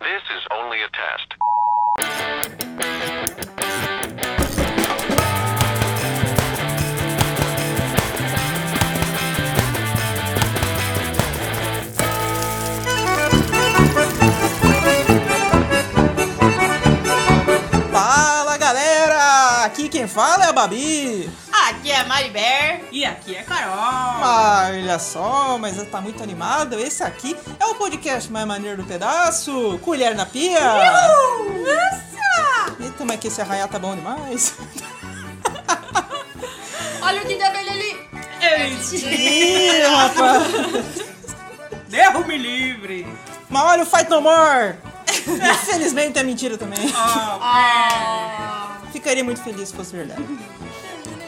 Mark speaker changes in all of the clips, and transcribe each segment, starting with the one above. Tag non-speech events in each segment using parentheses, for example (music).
Speaker 1: This is only a test.
Speaker 2: Fala galera! Aqui quem fala é a Babi!
Speaker 3: Aqui é Mariber e aqui é Carol.
Speaker 2: Ah, olha só, mas tá muito animado. Esse aqui é o podcast mais maneiro do pedaço, Colher na Pia!
Speaker 3: Nossa!
Speaker 2: Eita, mas que esse arraiá tá bom demais!
Speaker 3: (laughs) Olha o que deu nele ali.
Speaker 2: Ih, rapaz!
Speaker 3: Deus me livre.
Speaker 2: Mas olha o Fight No More! Infelizmente é mentira também. Ficaria muito feliz se fosse verdade.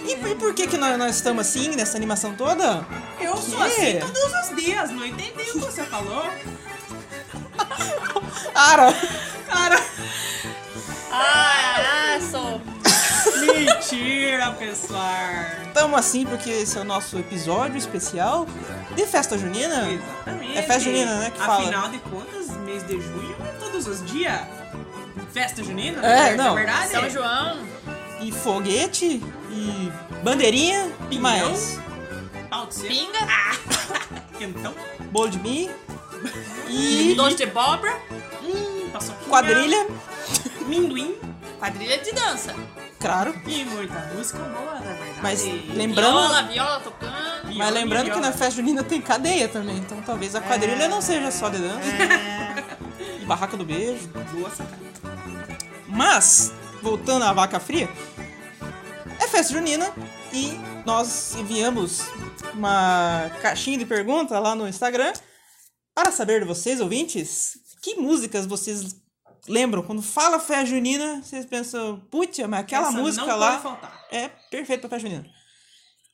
Speaker 2: E, por- e por que, que nós, nós estamos assim, nessa animação toda?
Speaker 4: Eu sou
Speaker 2: quê?
Speaker 4: assim todos os dias, não entendi o que você falou.
Speaker 2: Ara!
Speaker 4: Cara,
Speaker 3: Ah, sou.
Speaker 4: mentira, pessoal.
Speaker 2: Estamos assim porque esse é o nosso episódio especial de festa junina.
Speaker 4: Exatamente.
Speaker 2: É festa junina, né, que fala.
Speaker 4: Afinal de contas, mês de junho é todos os dias. Festa junina?
Speaker 2: É, não.
Speaker 4: Na verdade,
Speaker 3: São João.
Speaker 2: e foguete e bandeirinha e
Speaker 4: Pinhão.
Speaker 2: mais
Speaker 4: pau de seco,
Speaker 3: Pinga.
Speaker 4: quentão,
Speaker 2: bolo de mim e
Speaker 3: Doce de abóbora.
Speaker 4: paçoquinha,
Speaker 2: quadrilha,
Speaker 4: Minduim
Speaker 3: Quadrilha de dança.
Speaker 2: claro.
Speaker 4: e muita música boa, na verdade.
Speaker 2: Mas
Speaker 4: lembra.
Speaker 3: Viola,
Speaker 2: lembrando,
Speaker 3: viola tocando.
Speaker 2: mas lembrando que na festa junina tem cadeia também, então talvez
Speaker 4: É.
Speaker 2: a quadrilha não seja só de dança. E (laughs) barraca do beijo.
Speaker 4: Boa sacada.
Speaker 2: Mas voltando à vaca fria, é festa junina e nós enviamos uma caixinha de pergunta lá no Instagram para saber de vocês, ouvintes, que músicas vocês lembram. Quando fala festa junina, vocês pensam, putz, mas aquela
Speaker 4: Essa não
Speaker 2: música
Speaker 4: pode
Speaker 2: lá
Speaker 4: faltar.
Speaker 2: é perfeita para festa junina.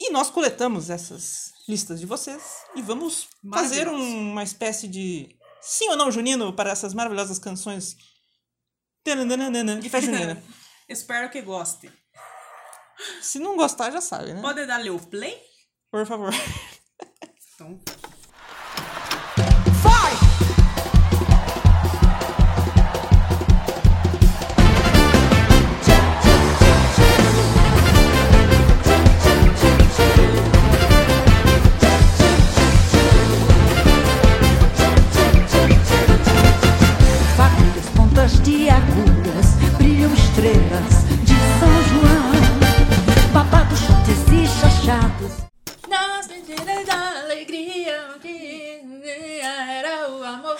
Speaker 2: E nós coletamos essas listas de vocês e vamos fazer
Speaker 4: Maravilhoso.
Speaker 2: um- uma espécie de sim ou não junino para essas maravilhosas canções tananana de festa junina.
Speaker 3: (laughs)
Speaker 4: Espero que goste.
Speaker 2: Se não gostar, já sabe, né?
Speaker 4: Pode dar o play?
Speaker 2: Por favor. (laughs)
Speaker 4: Então,
Speaker 5: Farinhas, pontas de agulhas, brilham estrelas de São João. Babados, chutes e chachados.
Speaker 3: Nas mentiras da alegria, o que era o amor.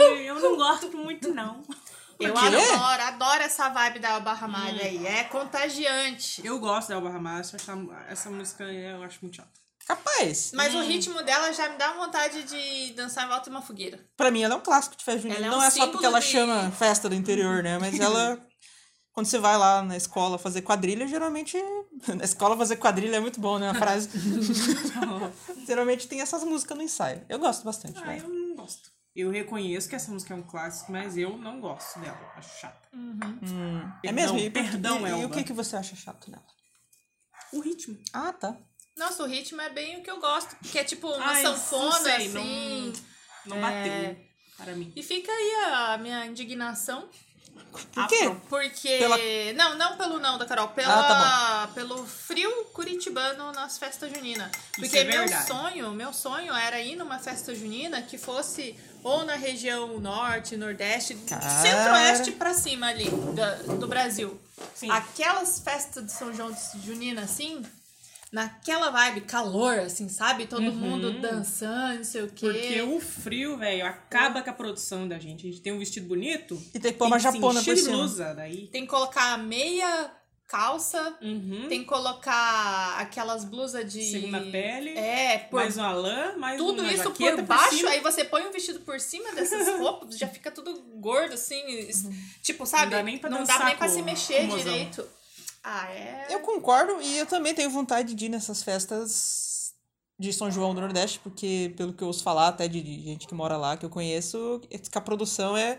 Speaker 4: Eu não gosto muito, não.
Speaker 3: (laughs) Eu
Speaker 2: O quê?
Speaker 3: adoro, adoro essa vibe da Barra Malha aí. É contagiante.
Speaker 4: Eu gosto da Elba Ramalho, acho essa, essa música eu acho muito
Speaker 2: (laughs)
Speaker 4: chata.
Speaker 2: Capaz.
Speaker 3: Mas o ritmo dela já me dá vontade de dançar em volta de uma fogueira.
Speaker 2: Pra mim, ela é um clássico de festa junina.
Speaker 3: Ela é um
Speaker 2: não é só porque
Speaker 3: símbolo
Speaker 2: ela
Speaker 3: de-
Speaker 2: chama festa do interior, né? Mas
Speaker 3: (laughs)
Speaker 2: ela... Quando você vai lá na escola fazer quadrilha, geralmente... (laughs) Na escola fazer quadrilha é muito bom, né? Uma
Speaker 3: (laughs)
Speaker 2: frase... geralmente tem essas músicas no ensaio. Eu gosto bastante.
Speaker 4: Ah,
Speaker 2: né?
Speaker 4: eu não gosto. Eu reconheço que essa música é um clássico, mas eu não gosto dela. Acho chata.
Speaker 2: É mesmo? E, por-
Speaker 4: Perdão,
Speaker 2: e, e o
Speaker 4: Elba.
Speaker 2: que, que você acha chato nela?
Speaker 4: O ritmo.
Speaker 2: Ah, tá.
Speaker 3: Nossa, o ritmo é bem o que eu gosto, que é tipo uma
Speaker 4: Ai, não
Speaker 3: sanfona,
Speaker 4: sei,
Speaker 3: assim.
Speaker 4: Não
Speaker 2: É.
Speaker 4: bateu para mim.
Speaker 3: E fica aí a minha indignação,
Speaker 2: Por quê?
Speaker 4: Afro.
Speaker 3: porque...
Speaker 2: Pela-
Speaker 3: Não, não pelo não da Carol, pela...
Speaker 4: Ah, tá
Speaker 3: pelo frio curitibano nas festas juninas. Porque
Speaker 4: é
Speaker 3: meu
Speaker 4: verdade.
Speaker 3: sonho, meu sonho era ir numa festa junina que fosse ou na região norte, nordeste,
Speaker 2: Cara.
Speaker 3: centro-oeste pra cima ali da- do Brasil.
Speaker 4: Sim.
Speaker 3: Aquelas festas de São João de Junina, assim, naquela vibe, calor, assim, sabe? Todo mundo dançando, não sei o quê.
Speaker 4: Uhum. Porque o frio, velho, acaba com a produção da gente. A gente tem um vestido bonito.
Speaker 2: E tem que pôr uma
Speaker 4: se
Speaker 2: japona
Speaker 4: encher
Speaker 2: por
Speaker 4: de
Speaker 2: cima.
Speaker 4: blusa, daí.
Speaker 3: Tem que colocar meia calça,
Speaker 4: Uhum.
Speaker 3: tem que colocar aquelas blusas de.
Speaker 4: Segunda pele.
Speaker 3: É, por
Speaker 4: Mais uma lã, mais
Speaker 3: tudo
Speaker 4: uma
Speaker 3: isso
Speaker 4: jaqueta
Speaker 3: por baixo,
Speaker 4: cima.
Speaker 3: aí você põe um vestido por cima dessas
Speaker 4: (laughs)
Speaker 3: roupas, já fica tudo gordo, assim. es- Tipo, sabe?
Speaker 4: Uhum. dá nem pra
Speaker 3: Não dá
Speaker 4: dançar
Speaker 3: nem pra
Speaker 4: com-
Speaker 3: se mexer
Speaker 4: com o mozão.
Speaker 3: direito. Ah, é.
Speaker 2: Eu concordo e eu também tenho vontade de ir nessas festas de São João do Nordeste, porque pelo que eu ouço falar até de, de gente que mora lá, que eu conheço, é que a produção é,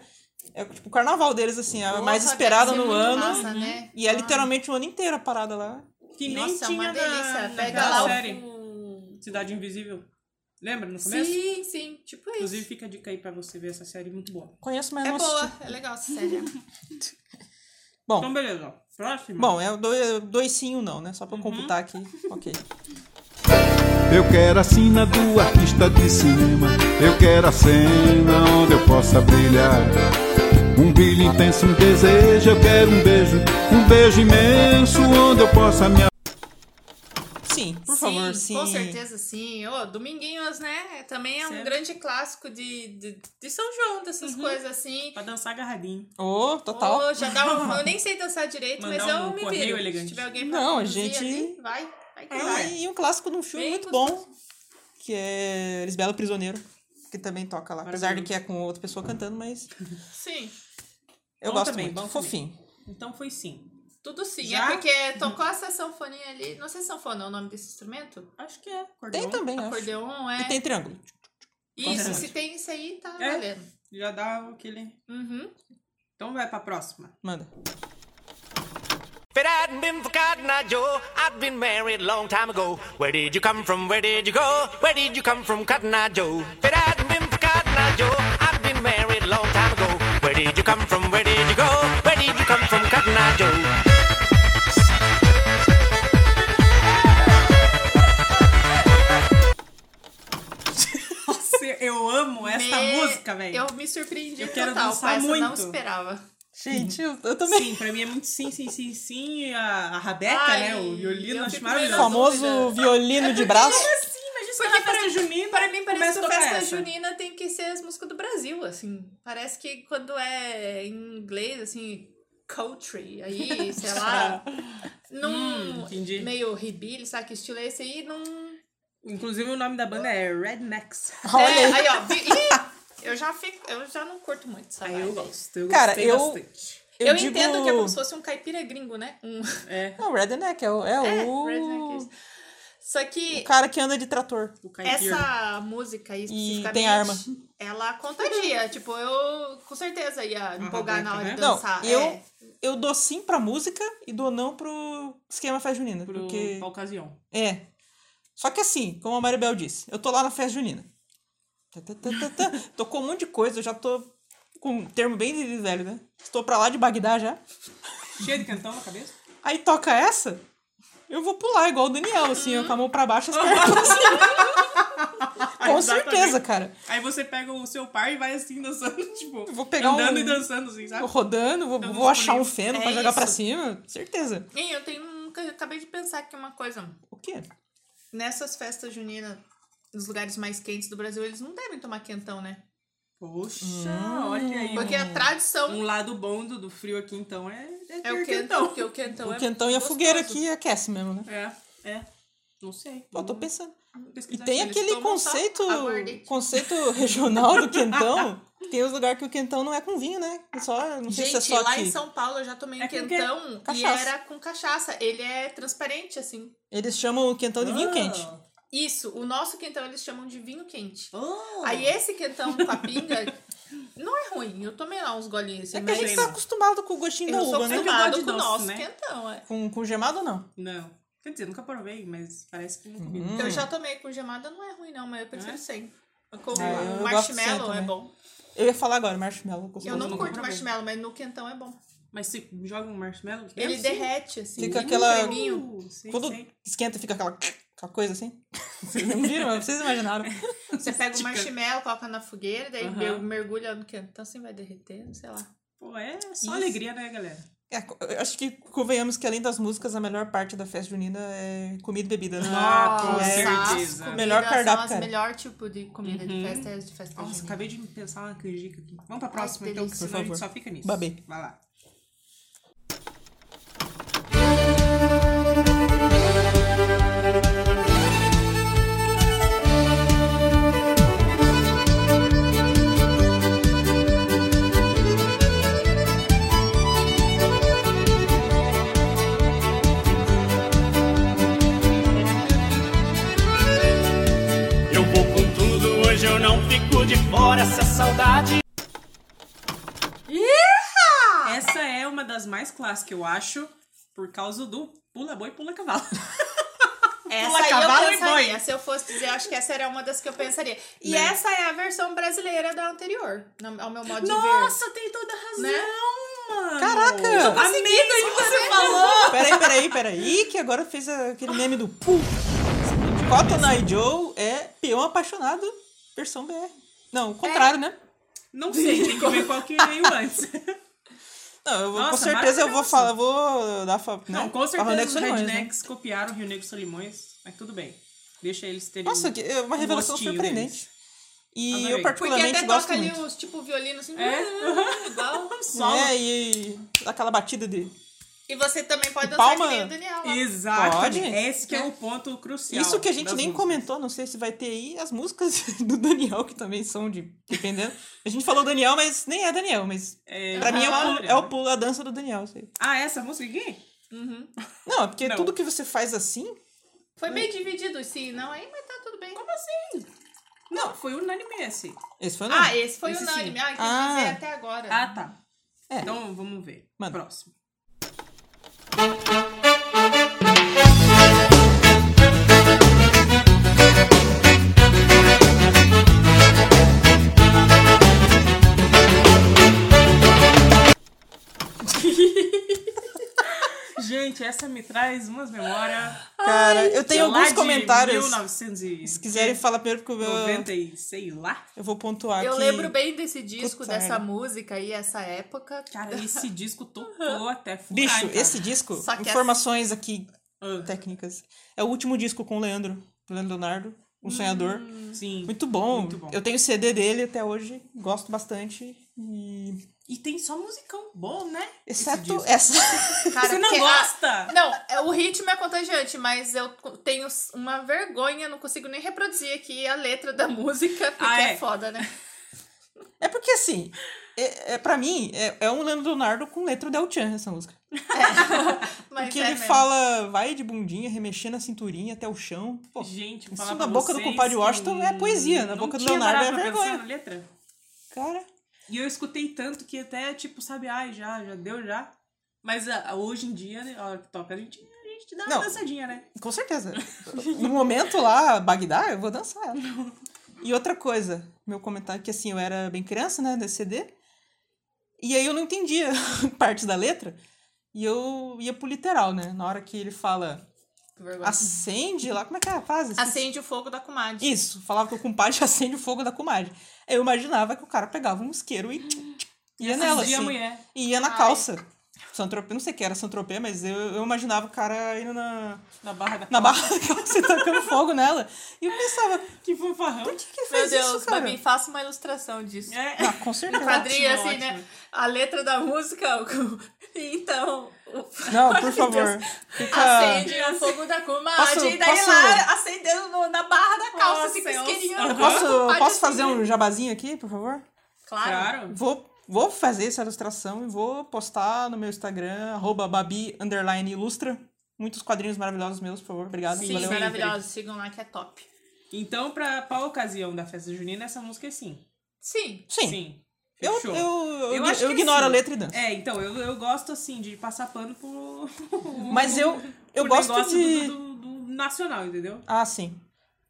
Speaker 2: é tipo o carnaval deles, assim, é a
Speaker 3: Porra,
Speaker 2: mais
Speaker 3: deve
Speaker 2: esperada
Speaker 3: ser
Speaker 2: no
Speaker 3: muito
Speaker 2: ano.
Speaker 3: massa, né?
Speaker 2: E é
Speaker 3: Ah.
Speaker 2: literalmente o ano inteiro a parada lá.
Speaker 4: Que Uhum. nem
Speaker 3: Nossa, é
Speaker 4: tinha
Speaker 3: uma delícia.
Speaker 4: na,
Speaker 3: Pega
Speaker 4: naquela
Speaker 3: lá
Speaker 4: série.
Speaker 3: o.
Speaker 4: Cidade Invisível. Lembra no começo?
Speaker 3: Sim, sim. Tipo isso.
Speaker 4: Inclusive, fica a dica aí pra você ver essa série muito boa.
Speaker 2: Conheço, mas
Speaker 3: é
Speaker 2: não
Speaker 3: boa,
Speaker 2: assisti.
Speaker 3: é legal essa série.
Speaker 2: Bom,
Speaker 4: Então, beleza. ó. Próximo.
Speaker 2: bom, é o dois, dois sim e um não, né? Só pra eu
Speaker 3: Uhum.
Speaker 2: computar aqui. Ok.
Speaker 1: Eu quero a cena do artista de cinema. Eu quero a cena onde eu possa brilhar. Um brilho intenso, um desejo. Eu quero um beijo, um beijo imenso onde eu possa me
Speaker 2: Sim, por
Speaker 3: sim,
Speaker 2: favor, sim.
Speaker 3: Com certeza sim. Ô, Dominguinhos, né? Também é um
Speaker 4: Certo. Uhum.
Speaker 3: grande clássico de, de, de São João, dessas coisas assim.
Speaker 4: Pra dançar agarradinho.
Speaker 2: Ô, total.
Speaker 3: Ô, já dá
Speaker 4: (laughs)
Speaker 3: um- eu nem sei dançar direito, mas
Speaker 4: Mandar
Speaker 3: eu
Speaker 4: um
Speaker 3: me
Speaker 4: correio
Speaker 3: viro.
Speaker 4: elegante.
Speaker 3: Se tiver alguém pra
Speaker 2: Não, a
Speaker 3: conduzir
Speaker 2: gente-
Speaker 3: ali, vai, vai que
Speaker 2: Ah,
Speaker 3: vai.
Speaker 2: e um clássico de um filme
Speaker 3: Bem
Speaker 2: muito
Speaker 3: gostoso.
Speaker 2: bom, que é Lisbelo Prisioneiro, que também toca lá. Apesar de que é com outra pessoa cantando, mas
Speaker 3: Sim,
Speaker 2: eu
Speaker 4: Bom
Speaker 2: gosto
Speaker 4: também,
Speaker 2: muito.
Speaker 4: bom
Speaker 2: Fofinho.
Speaker 4: Então foi sim.
Speaker 3: tudo sim.
Speaker 4: Já?
Speaker 3: É porque tocou essa sanfoninha ali. Não sei se sanfona é o nome desse instrumento.
Speaker 4: Acho que é. Acordeon.
Speaker 2: Tem também, acho.
Speaker 3: Acordeon é.
Speaker 2: E tem triângulo.
Speaker 3: Isso,
Speaker 4: Constante.
Speaker 3: se tem isso aí, tá
Speaker 4: É.
Speaker 3: valendo.
Speaker 4: Já dá aquele.
Speaker 3: Uhum.
Speaker 4: Então vai pra próxima.
Speaker 2: Manda.
Speaker 6: If it hadn't been for Cotton Eye Joe, I'd been married a long time ago. Where did you come from? Where did you go? Where did you come from, Cotton Eye Joe? If it hadn't been for Cotton Eye Joe, I'd been married a long time ago. Where did you come from? Where did you go? Where did you come from, Cotton Eye Joe?
Speaker 4: Nossa, eu amo essa
Speaker 3: Me-
Speaker 4: música, velho.
Speaker 3: Eu me surpreendi
Speaker 4: Eu quero
Speaker 3: total com
Speaker 4: dançar
Speaker 3: essa, não
Speaker 4: muito.
Speaker 3: esperava.
Speaker 2: Gente, eu, eu também.
Speaker 4: Sim, pra mim é muito sim, sim, sim, sim. E A, a Rabeca,
Speaker 3: Ai,
Speaker 4: né? O violino,
Speaker 3: eu
Speaker 4: acho
Speaker 3: fico
Speaker 2: O
Speaker 3: meio
Speaker 4: maravilhoso.
Speaker 2: famoso violino de braço.
Speaker 4: Sim, mas isso é na festa junina.
Speaker 3: Para mim
Speaker 4: começa
Speaker 3: parece que
Speaker 4: a
Speaker 3: a
Speaker 4: tocar
Speaker 3: festa
Speaker 4: essa.
Speaker 3: junina tem que ser as músicas do Brasil, assim. Parece que quando é em inglês, assim, country, aí, sei lá, num
Speaker 4: Hum, entendi.
Speaker 3: meio ribilho, sabe que estilo é esse aí, num...
Speaker 4: Inclusive o nome da banda é Rednecks.
Speaker 3: É,
Speaker 2: (laughs) Olha aí.
Speaker 3: aí, ó, vi- Ih, eu já fico, eu já não curto muito, sabe?
Speaker 4: Aí eu gosto. Eu
Speaker 2: Cara,
Speaker 4: gostei
Speaker 2: eu-
Speaker 4: bastante.
Speaker 3: Eu,
Speaker 2: digo-
Speaker 3: entendo que é como se fosse um caipira gringo, né? Um...
Speaker 4: É,
Speaker 2: É o Redneck, é o, é
Speaker 3: É,
Speaker 2: o...
Speaker 3: redneck. Só que
Speaker 2: o cara que anda de trator.
Speaker 4: o caipira.
Speaker 3: Essa música aí,
Speaker 2: E
Speaker 3: especificamente,
Speaker 2: tem arma.
Speaker 3: ela contagia. tipo, eu com certeza ia me empolgar
Speaker 4: Roberta,
Speaker 3: na hora de
Speaker 4: né?
Speaker 2: Não,
Speaker 3: dançar.
Speaker 2: eu,
Speaker 3: É.
Speaker 2: eu dou sim pra música e dou não pro esquema festa junina.
Speaker 4: Pro,
Speaker 2: porque...
Speaker 4: Pra ocasião.
Speaker 2: É. Só que assim, como a Maribel disse, eu tô lá na festa junina. Tá, tá, tá, tá, tá. Tocou um monte de coisa, eu já tô com um termo bem de velho, né? Estou pra lá de Bagdá já.
Speaker 4: Cheio de cantão na cabeça?
Speaker 2: Aí toca essa, eu vou pular igual o Daniel, assim, ó, com a mão pra baixo, as pernas pra cima.
Speaker 3: (laughs)
Speaker 2: Com
Speaker 4: Exatamente.
Speaker 2: certeza, cara.
Speaker 4: Aí você pega o seu par e vai assim dançando, (laughs) tipo,
Speaker 2: vou pegar
Speaker 4: andando
Speaker 2: um-
Speaker 4: e dançando, assim,
Speaker 2: Vou
Speaker 4: sabe?
Speaker 2: rodando, vou,
Speaker 4: Então,
Speaker 2: vou achar um
Speaker 4: vamos
Speaker 2: feno
Speaker 3: É
Speaker 2: pra jogar pra
Speaker 3: isso.
Speaker 2: cima, certeza.
Speaker 3: Hein, eu tenho um- eu acabei de pensar aqui uma coisa.
Speaker 2: O quê?
Speaker 3: Nessas festas juninas, nos lugares mais quentes do Brasil, eles não devem tomar quentão, né?
Speaker 4: Poxa,
Speaker 2: Hum.
Speaker 4: olha aí.
Speaker 3: Porque a tradição
Speaker 4: Um lado bom do, do frio aqui, então, é,
Speaker 3: é o
Speaker 4: ter
Speaker 3: quentão. Porque o quentão
Speaker 2: o
Speaker 3: é
Speaker 2: quentão e a
Speaker 3: gostoso.
Speaker 2: fogueira aqui aquece mesmo, né?
Speaker 4: É, é. Não sei.
Speaker 2: Pô, eu tô
Speaker 4: Vamos
Speaker 3: Uhum.
Speaker 2: pensando. E
Speaker 4: pesquisar
Speaker 2: tem
Speaker 4: aqui.
Speaker 2: aquele
Speaker 3: tomam um só
Speaker 2: conceito,
Speaker 3: aguardente.
Speaker 2: conceito (laughs) regional do quentão. que Tem os lugares que o quentão não é com vinho, né? É Só, não sei
Speaker 3: Gente,
Speaker 2: se é só
Speaker 3: lá
Speaker 2: aqui.
Speaker 3: em São Paulo eu já tomei um
Speaker 4: É com o quê?
Speaker 3: quentão e
Speaker 2: Cachaça.
Speaker 3: era com cachaça. Ele é transparente, assim.
Speaker 2: Eles chamam o quentão de vinho
Speaker 4: Ah,
Speaker 2: quente.
Speaker 3: Isso, o nosso quentão eles chamam de vinho quente.
Speaker 4: Oh.
Speaker 3: Aí esse quentão com a
Speaker 2: (laughs)
Speaker 3: pinga não é ruim. Eu tomei lá uns golinhos assim,
Speaker 2: É que a
Speaker 3: mas
Speaker 2: gente
Speaker 4: Imagina.
Speaker 2: tá acostumado com o gostinho
Speaker 3: eu
Speaker 2: da
Speaker 3: sou
Speaker 2: uva, né?
Speaker 4: É que
Speaker 3: acostumado
Speaker 4: eu gosto de
Speaker 3: com o
Speaker 4: doce,
Speaker 3: nosso
Speaker 4: né?
Speaker 3: quentão. é.
Speaker 2: Com, com gemado ou não?
Speaker 4: Não. Quer dizer, nunca provei, mas parece que não comi.
Speaker 2: Hum.
Speaker 3: Eu Então, já tomei com gemada, não é ruim não, mas eu prefiro
Speaker 4: É?
Speaker 3: sem.
Speaker 2: É,
Speaker 3: Com
Speaker 2: eu gosto sem
Speaker 3: marshmallow é
Speaker 2: também.
Speaker 3: bom.
Speaker 2: Eu ia falar agora, marshmallow. gostoso.
Speaker 3: Eu não
Speaker 4: nunca
Speaker 3: curto
Speaker 4: provei.
Speaker 3: marshmallow, mas no quentão é bom.
Speaker 4: Mas se joga um marshmallow... deve
Speaker 3: Ele
Speaker 4: ser-
Speaker 3: derrete, assim.
Speaker 2: Fica
Speaker 3: um
Speaker 2: aquela-
Speaker 3: creminho.
Speaker 4: Uh, sei,
Speaker 2: Quando
Speaker 4: sei.
Speaker 2: esquenta, fica aquela, aquela coisa assim. Vocês não viram, mas vocês imaginaram.
Speaker 3: Você pega o
Speaker 4: Estica.
Speaker 3: marshmallow, coloca na fogueira, daí
Speaker 4: Aham.
Speaker 3: mer- mergulha no quentão, assim vai derretendo, sei lá.
Speaker 4: Pô, é só
Speaker 2: Isso.
Speaker 4: alegria, né, galera?
Speaker 2: É, co- eu acho que convenhamos que além das músicas, a melhor parte da festa junina é comida e bebida, né?
Speaker 4: Ah, com
Speaker 2: Que é-
Speaker 3: as
Speaker 4: certeza.
Speaker 3: comidas
Speaker 2: Melhor cardápio,
Speaker 3: São
Speaker 2: cara.
Speaker 3: as melhor tipo de comida de festa, é as de festa
Speaker 4: Uhum. Nossa,
Speaker 3: junina.
Speaker 4: acabei de pensar uma canjica aqui. Vamos pra próxima,
Speaker 3: que
Speaker 4: então, que
Speaker 3: delícia.
Speaker 4: senão a gente
Speaker 2: Por
Speaker 4: só
Speaker 2: favor.
Speaker 4: fica nisso.
Speaker 2: Babei.
Speaker 4: Vai lá.
Speaker 7: Eu vou com tudo, hoje eu não fico de fora. Essa saudade
Speaker 4: Essa é uma das mais clássicas, eu acho, por causa do pula boi, pula cavalo.
Speaker 3: Essa
Speaker 4: pula
Speaker 3: aí
Speaker 4: cavalo
Speaker 3: eu
Speaker 4: e boi.
Speaker 3: pensaria. Se eu fosse dizer, acho que essa era uma das que eu pensaria. E
Speaker 4: Né?
Speaker 3: essa é a versão brasileira da anterior, no- ao meu modo de
Speaker 4: Nossa, tem toda razão,
Speaker 3: Né?
Speaker 4: mano.
Speaker 2: Caraca!
Speaker 4: Amigo, aí você falou.
Speaker 2: Peraí, peraí, peraí, que agora fez aquele meme do Pum. Cotton Eye Joe é peão apaixonado, versão BR. Não, o
Speaker 4: É.
Speaker 2: contrário, né?
Speaker 4: Não sei, tem que ver qual que veio antes.
Speaker 2: (laughs) Não, eu vou- com
Speaker 4: Nossa,
Speaker 2: certeza eu vou
Speaker 4: maravilhoso.
Speaker 2: falar, eu vou dar fa...
Speaker 4: Não,
Speaker 2: né?
Speaker 4: com certeza
Speaker 2: Farronex
Speaker 4: os
Speaker 2: Solimões, né?
Speaker 4: rednecks copiaram o Rio Negro Solimões, mas tudo bem. Deixa eles terem
Speaker 2: Nossa, que- é uma
Speaker 4: um
Speaker 2: revelação
Speaker 4: gostinho
Speaker 2: surpreendente.
Speaker 4: Adorei.
Speaker 2: E eu
Speaker 4: Porque
Speaker 3: ver. Porque
Speaker 2: particularmente
Speaker 3: até
Speaker 2: gosto
Speaker 3: toca ali
Speaker 2: muito.
Speaker 3: os tipo violino assim,
Speaker 4: É?
Speaker 3: igual.
Speaker 4: (laughs) Solo.
Speaker 2: Uhum, É, e aquela batida de.
Speaker 3: (laughs) E você também pode
Speaker 2: E
Speaker 3: dançar
Speaker 2: palma.
Speaker 3: que nem o Daniel. lá.
Speaker 4: Exato.
Speaker 2: Pode?
Speaker 4: Esse que é o ponto crucial.
Speaker 2: Isso que a gente
Speaker 4: das
Speaker 2: nem
Speaker 4: músicas.
Speaker 2: comentou, não sei se vai ter aí as músicas (laughs) do Daniel, que também são de. Dependendo. A gente falou Daniel, mas nem é Daniel, mas.
Speaker 4: É,
Speaker 2: Pra mim é o
Speaker 4: Aham.
Speaker 2: pulo, é o pulo, a dança do Daniel, isso aí.
Speaker 4: Ah, essa música aqui?
Speaker 2: Não, é porque
Speaker 4: Não.
Speaker 2: tudo que você faz assim.
Speaker 3: Foi meio dividido, sim, não aí, mas tá tudo bem.
Speaker 4: Como assim? Não, foi unânime esse.
Speaker 2: Esse foi o nome.
Speaker 3: Ah, esse foi
Speaker 4: Esse
Speaker 3: unânime.
Speaker 4: sim.
Speaker 3: Ah, quis
Speaker 2: Ah.
Speaker 3: dizer até agora.
Speaker 4: Ah, tá.
Speaker 2: É.
Speaker 4: Então vamos ver.
Speaker 2: Manda. (laughs)
Speaker 4: Próximo. Gente, essa me traz umas memórias.
Speaker 2: Cara, eu
Speaker 4: lá
Speaker 2: tenho alguns
Speaker 4: é de
Speaker 2: comentários.
Speaker 4: 1900 e
Speaker 2: Se quiserem falar primeiro, porque eu,
Speaker 4: 90 e sei lá.
Speaker 2: eu vou pontuar
Speaker 3: Eu
Speaker 2: aqui.
Speaker 3: lembro bem desse disco,
Speaker 2: Puta
Speaker 3: dessa
Speaker 2: merda.
Speaker 3: música e essa época.
Speaker 4: Cara,
Speaker 2: (laughs)
Speaker 4: esse disco tocou até furar,
Speaker 2: Bicho,
Speaker 4: cara.
Speaker 2: esse disco,
Speaker 3: Só que
Speaker 2: informações aqui
Speaker 4: Ah,
Speaker 2: técnicas. É o último disco com o Leandro, Leandro Leonardo, um sonhador.
Speaker 4: Sim.
Speaker 2: Muito bom.
Speaker 4: Hum. Muito bom.
Speaker 2: Eu tenho CD dele até hoje, gosto bastante. E...
Speaker 4: E tem só musicão bom, né? Esse
Speaker 2: Exceto é
Speaker 4: disco.
Speaker 2: essa. (laughs)
Speaker 3: Cara,
Speaker 4: Você não
Speaker 3: porque a-
Speaker 4: gosta?
Speaker 3: Não, é, o ritmo é contagiante, mas eu co- tenho s- uma vergonha, não consigo nem reproduzir aqui a letra da música, porque
Speaker 4: Ah,
Speaker 3: é.
Speaker 4: é?
Speaker 3: foda, né?
Speaker 2: É porque assim, é, é, pra mim, é, é um Leandro Leonardo com letra del Chan essa música.
Speaker 3: Mas
Speaker 2: porque
Speaker 3: é
Speaker 2: ele
Speaker 3: mesmo.
Speaker 2: fala, vai de bundinha, remexendo a cinturinha até o chão. Pô,
Speaker 4: Gente,
Speaker 2: Isso
Speaker 4: falar
Speaker 2: na
Speaker 4: pra
Speaker 2: boca do
Speaker 4: vocês
Speaker 2: compadre
Speaker 4: que
Speaker 2: Washington é poesia, na
Speaker 4: não
Speaker 2: boca do
Speaker 4: tinha
Speaker 2: Leonardo
Speaker 4: parado
Speaker 2: é
Speaker 4: pra pensar
Speaker 2: vergonha.
Speaker 4: na letra.
Speaker 2: cara.
Speaker 4: E eu escutei tanto que até, tipo, sabe, ai, já, já deu, já. Mas ah, hoje em dia, né, a hora que toca, a gente, a gente dá
Speaker 2: Não.
Speaker 4: uma dançadinha, né?
Speaker 2: Com certeza. No um momento lá, Bagdá, eu vou dançar ela. E outra coisa, meu comentário, que assim, eu era bem criança, né, desse CD. E aí eu não entendia (laughs) partes da letra. E eu ia pro literal, né? Na hora que ele fala,
Speaker 3: Que vergonha.
Speaker 2: acende lá, como é que é a frase?
Speaker 3: Acende o fogo da comadre.
Speaker 2: Isso, falava que o compadre acende o fogo da comadre. Eu imaginava que o cara pegava um isqueiro e ia nela,
Speaker 4: Dia
Speaker 2: assim.
Speaker 4: mulher.
Speaker 2: E ia na
Speaker 3: Ai.
Speaker 2: calça. Santropê, não sei o que era Santropê, mas eu, eu imaginava o cara indo na,
Speaker 4: Na barra da
Speaker 2: na barra da calça e tacando fogo nela. E eu pensava,
Speaker 4: Que fanfarrão.
Speaker 2: por que, que ele
Speaker 3: Meu
Speaker 2: fez
Speaker 3: Deus,
Speaker 2: isso, cara?
Speaker 3: Babi, faça uma ilustração disso.
Speaker 4: É.
Speaker 2: Ah, com certeza.
Speaker 3: Quadrinho,
Speaker 4: ótimo,
Speaker 3: assim, né?
Speaker 4: ótimo.
Speaker 3: A letra da música. (laughs) o- então. o- (laughs)
Speaker 2: Não,
Speaker 3: Meu
Speaker 2: por favor.
Speaker 3: Deus.
Speaker 2: Fica...
Speaker 3: Acende o fogo da comadre.
Speaker 2: Posso-
Speaker 3: e daí
Speaker 2: posso-
Speaker 3: lá acendendo no- na barra da calça,
Speaker 4: Nossa,
Speaker 3: assim, com
Speaker 4: eu-
Speaker 3: isqueirinho.
Speaker 2: Eu
Speaker 3: O
Speaker 2: posso,
Speaker 3: compadre
Speaker 2: posso fazer
Speaker 3: acendendo.
Speaker 2: um jabazinho aqui, por favor?
Speaker 4: (laughs)
Speaker 3: Claro.
Speaker 4: Claro.
Speaker 2: Vou, vou fazer essa ilustração e vou postar no meu Instagram, arroba babi, underline, ilustra. Muitos quadrinhos maravilhosos meus, por favor. Obrigado.
Speaker 3: Sim,
Speaker 2: valeu.
Speaker 3: maravilhoso. Sigam lá que é top.
Speaker 4: Então, pra, pra ocasião da festa junina, essa música é sim.
Speaker 3: Sim.
Speaker 2: Sim. Eu,
Speaker 4: Fechou.
Speaker 2: eu, eu,
Speaker 4: Eu
Speaker 2: eu,
Speaker 4: acho que
Speaker 2: ignoro
Speaker 4: sim.
Speaker 2: a letra e danço.
Speaker 4: É, então, eu, eu gosto assim de passar pano (laughs) pro.
Speaker 2: Mas eu, eu
Speaker 4: pro
Speaker 2: gosto
Speaker 4: um negócio
Speaker 2: de...
Speaker 4: do, do- do nacional, entendeu?
Speaker 2: Ah, sim.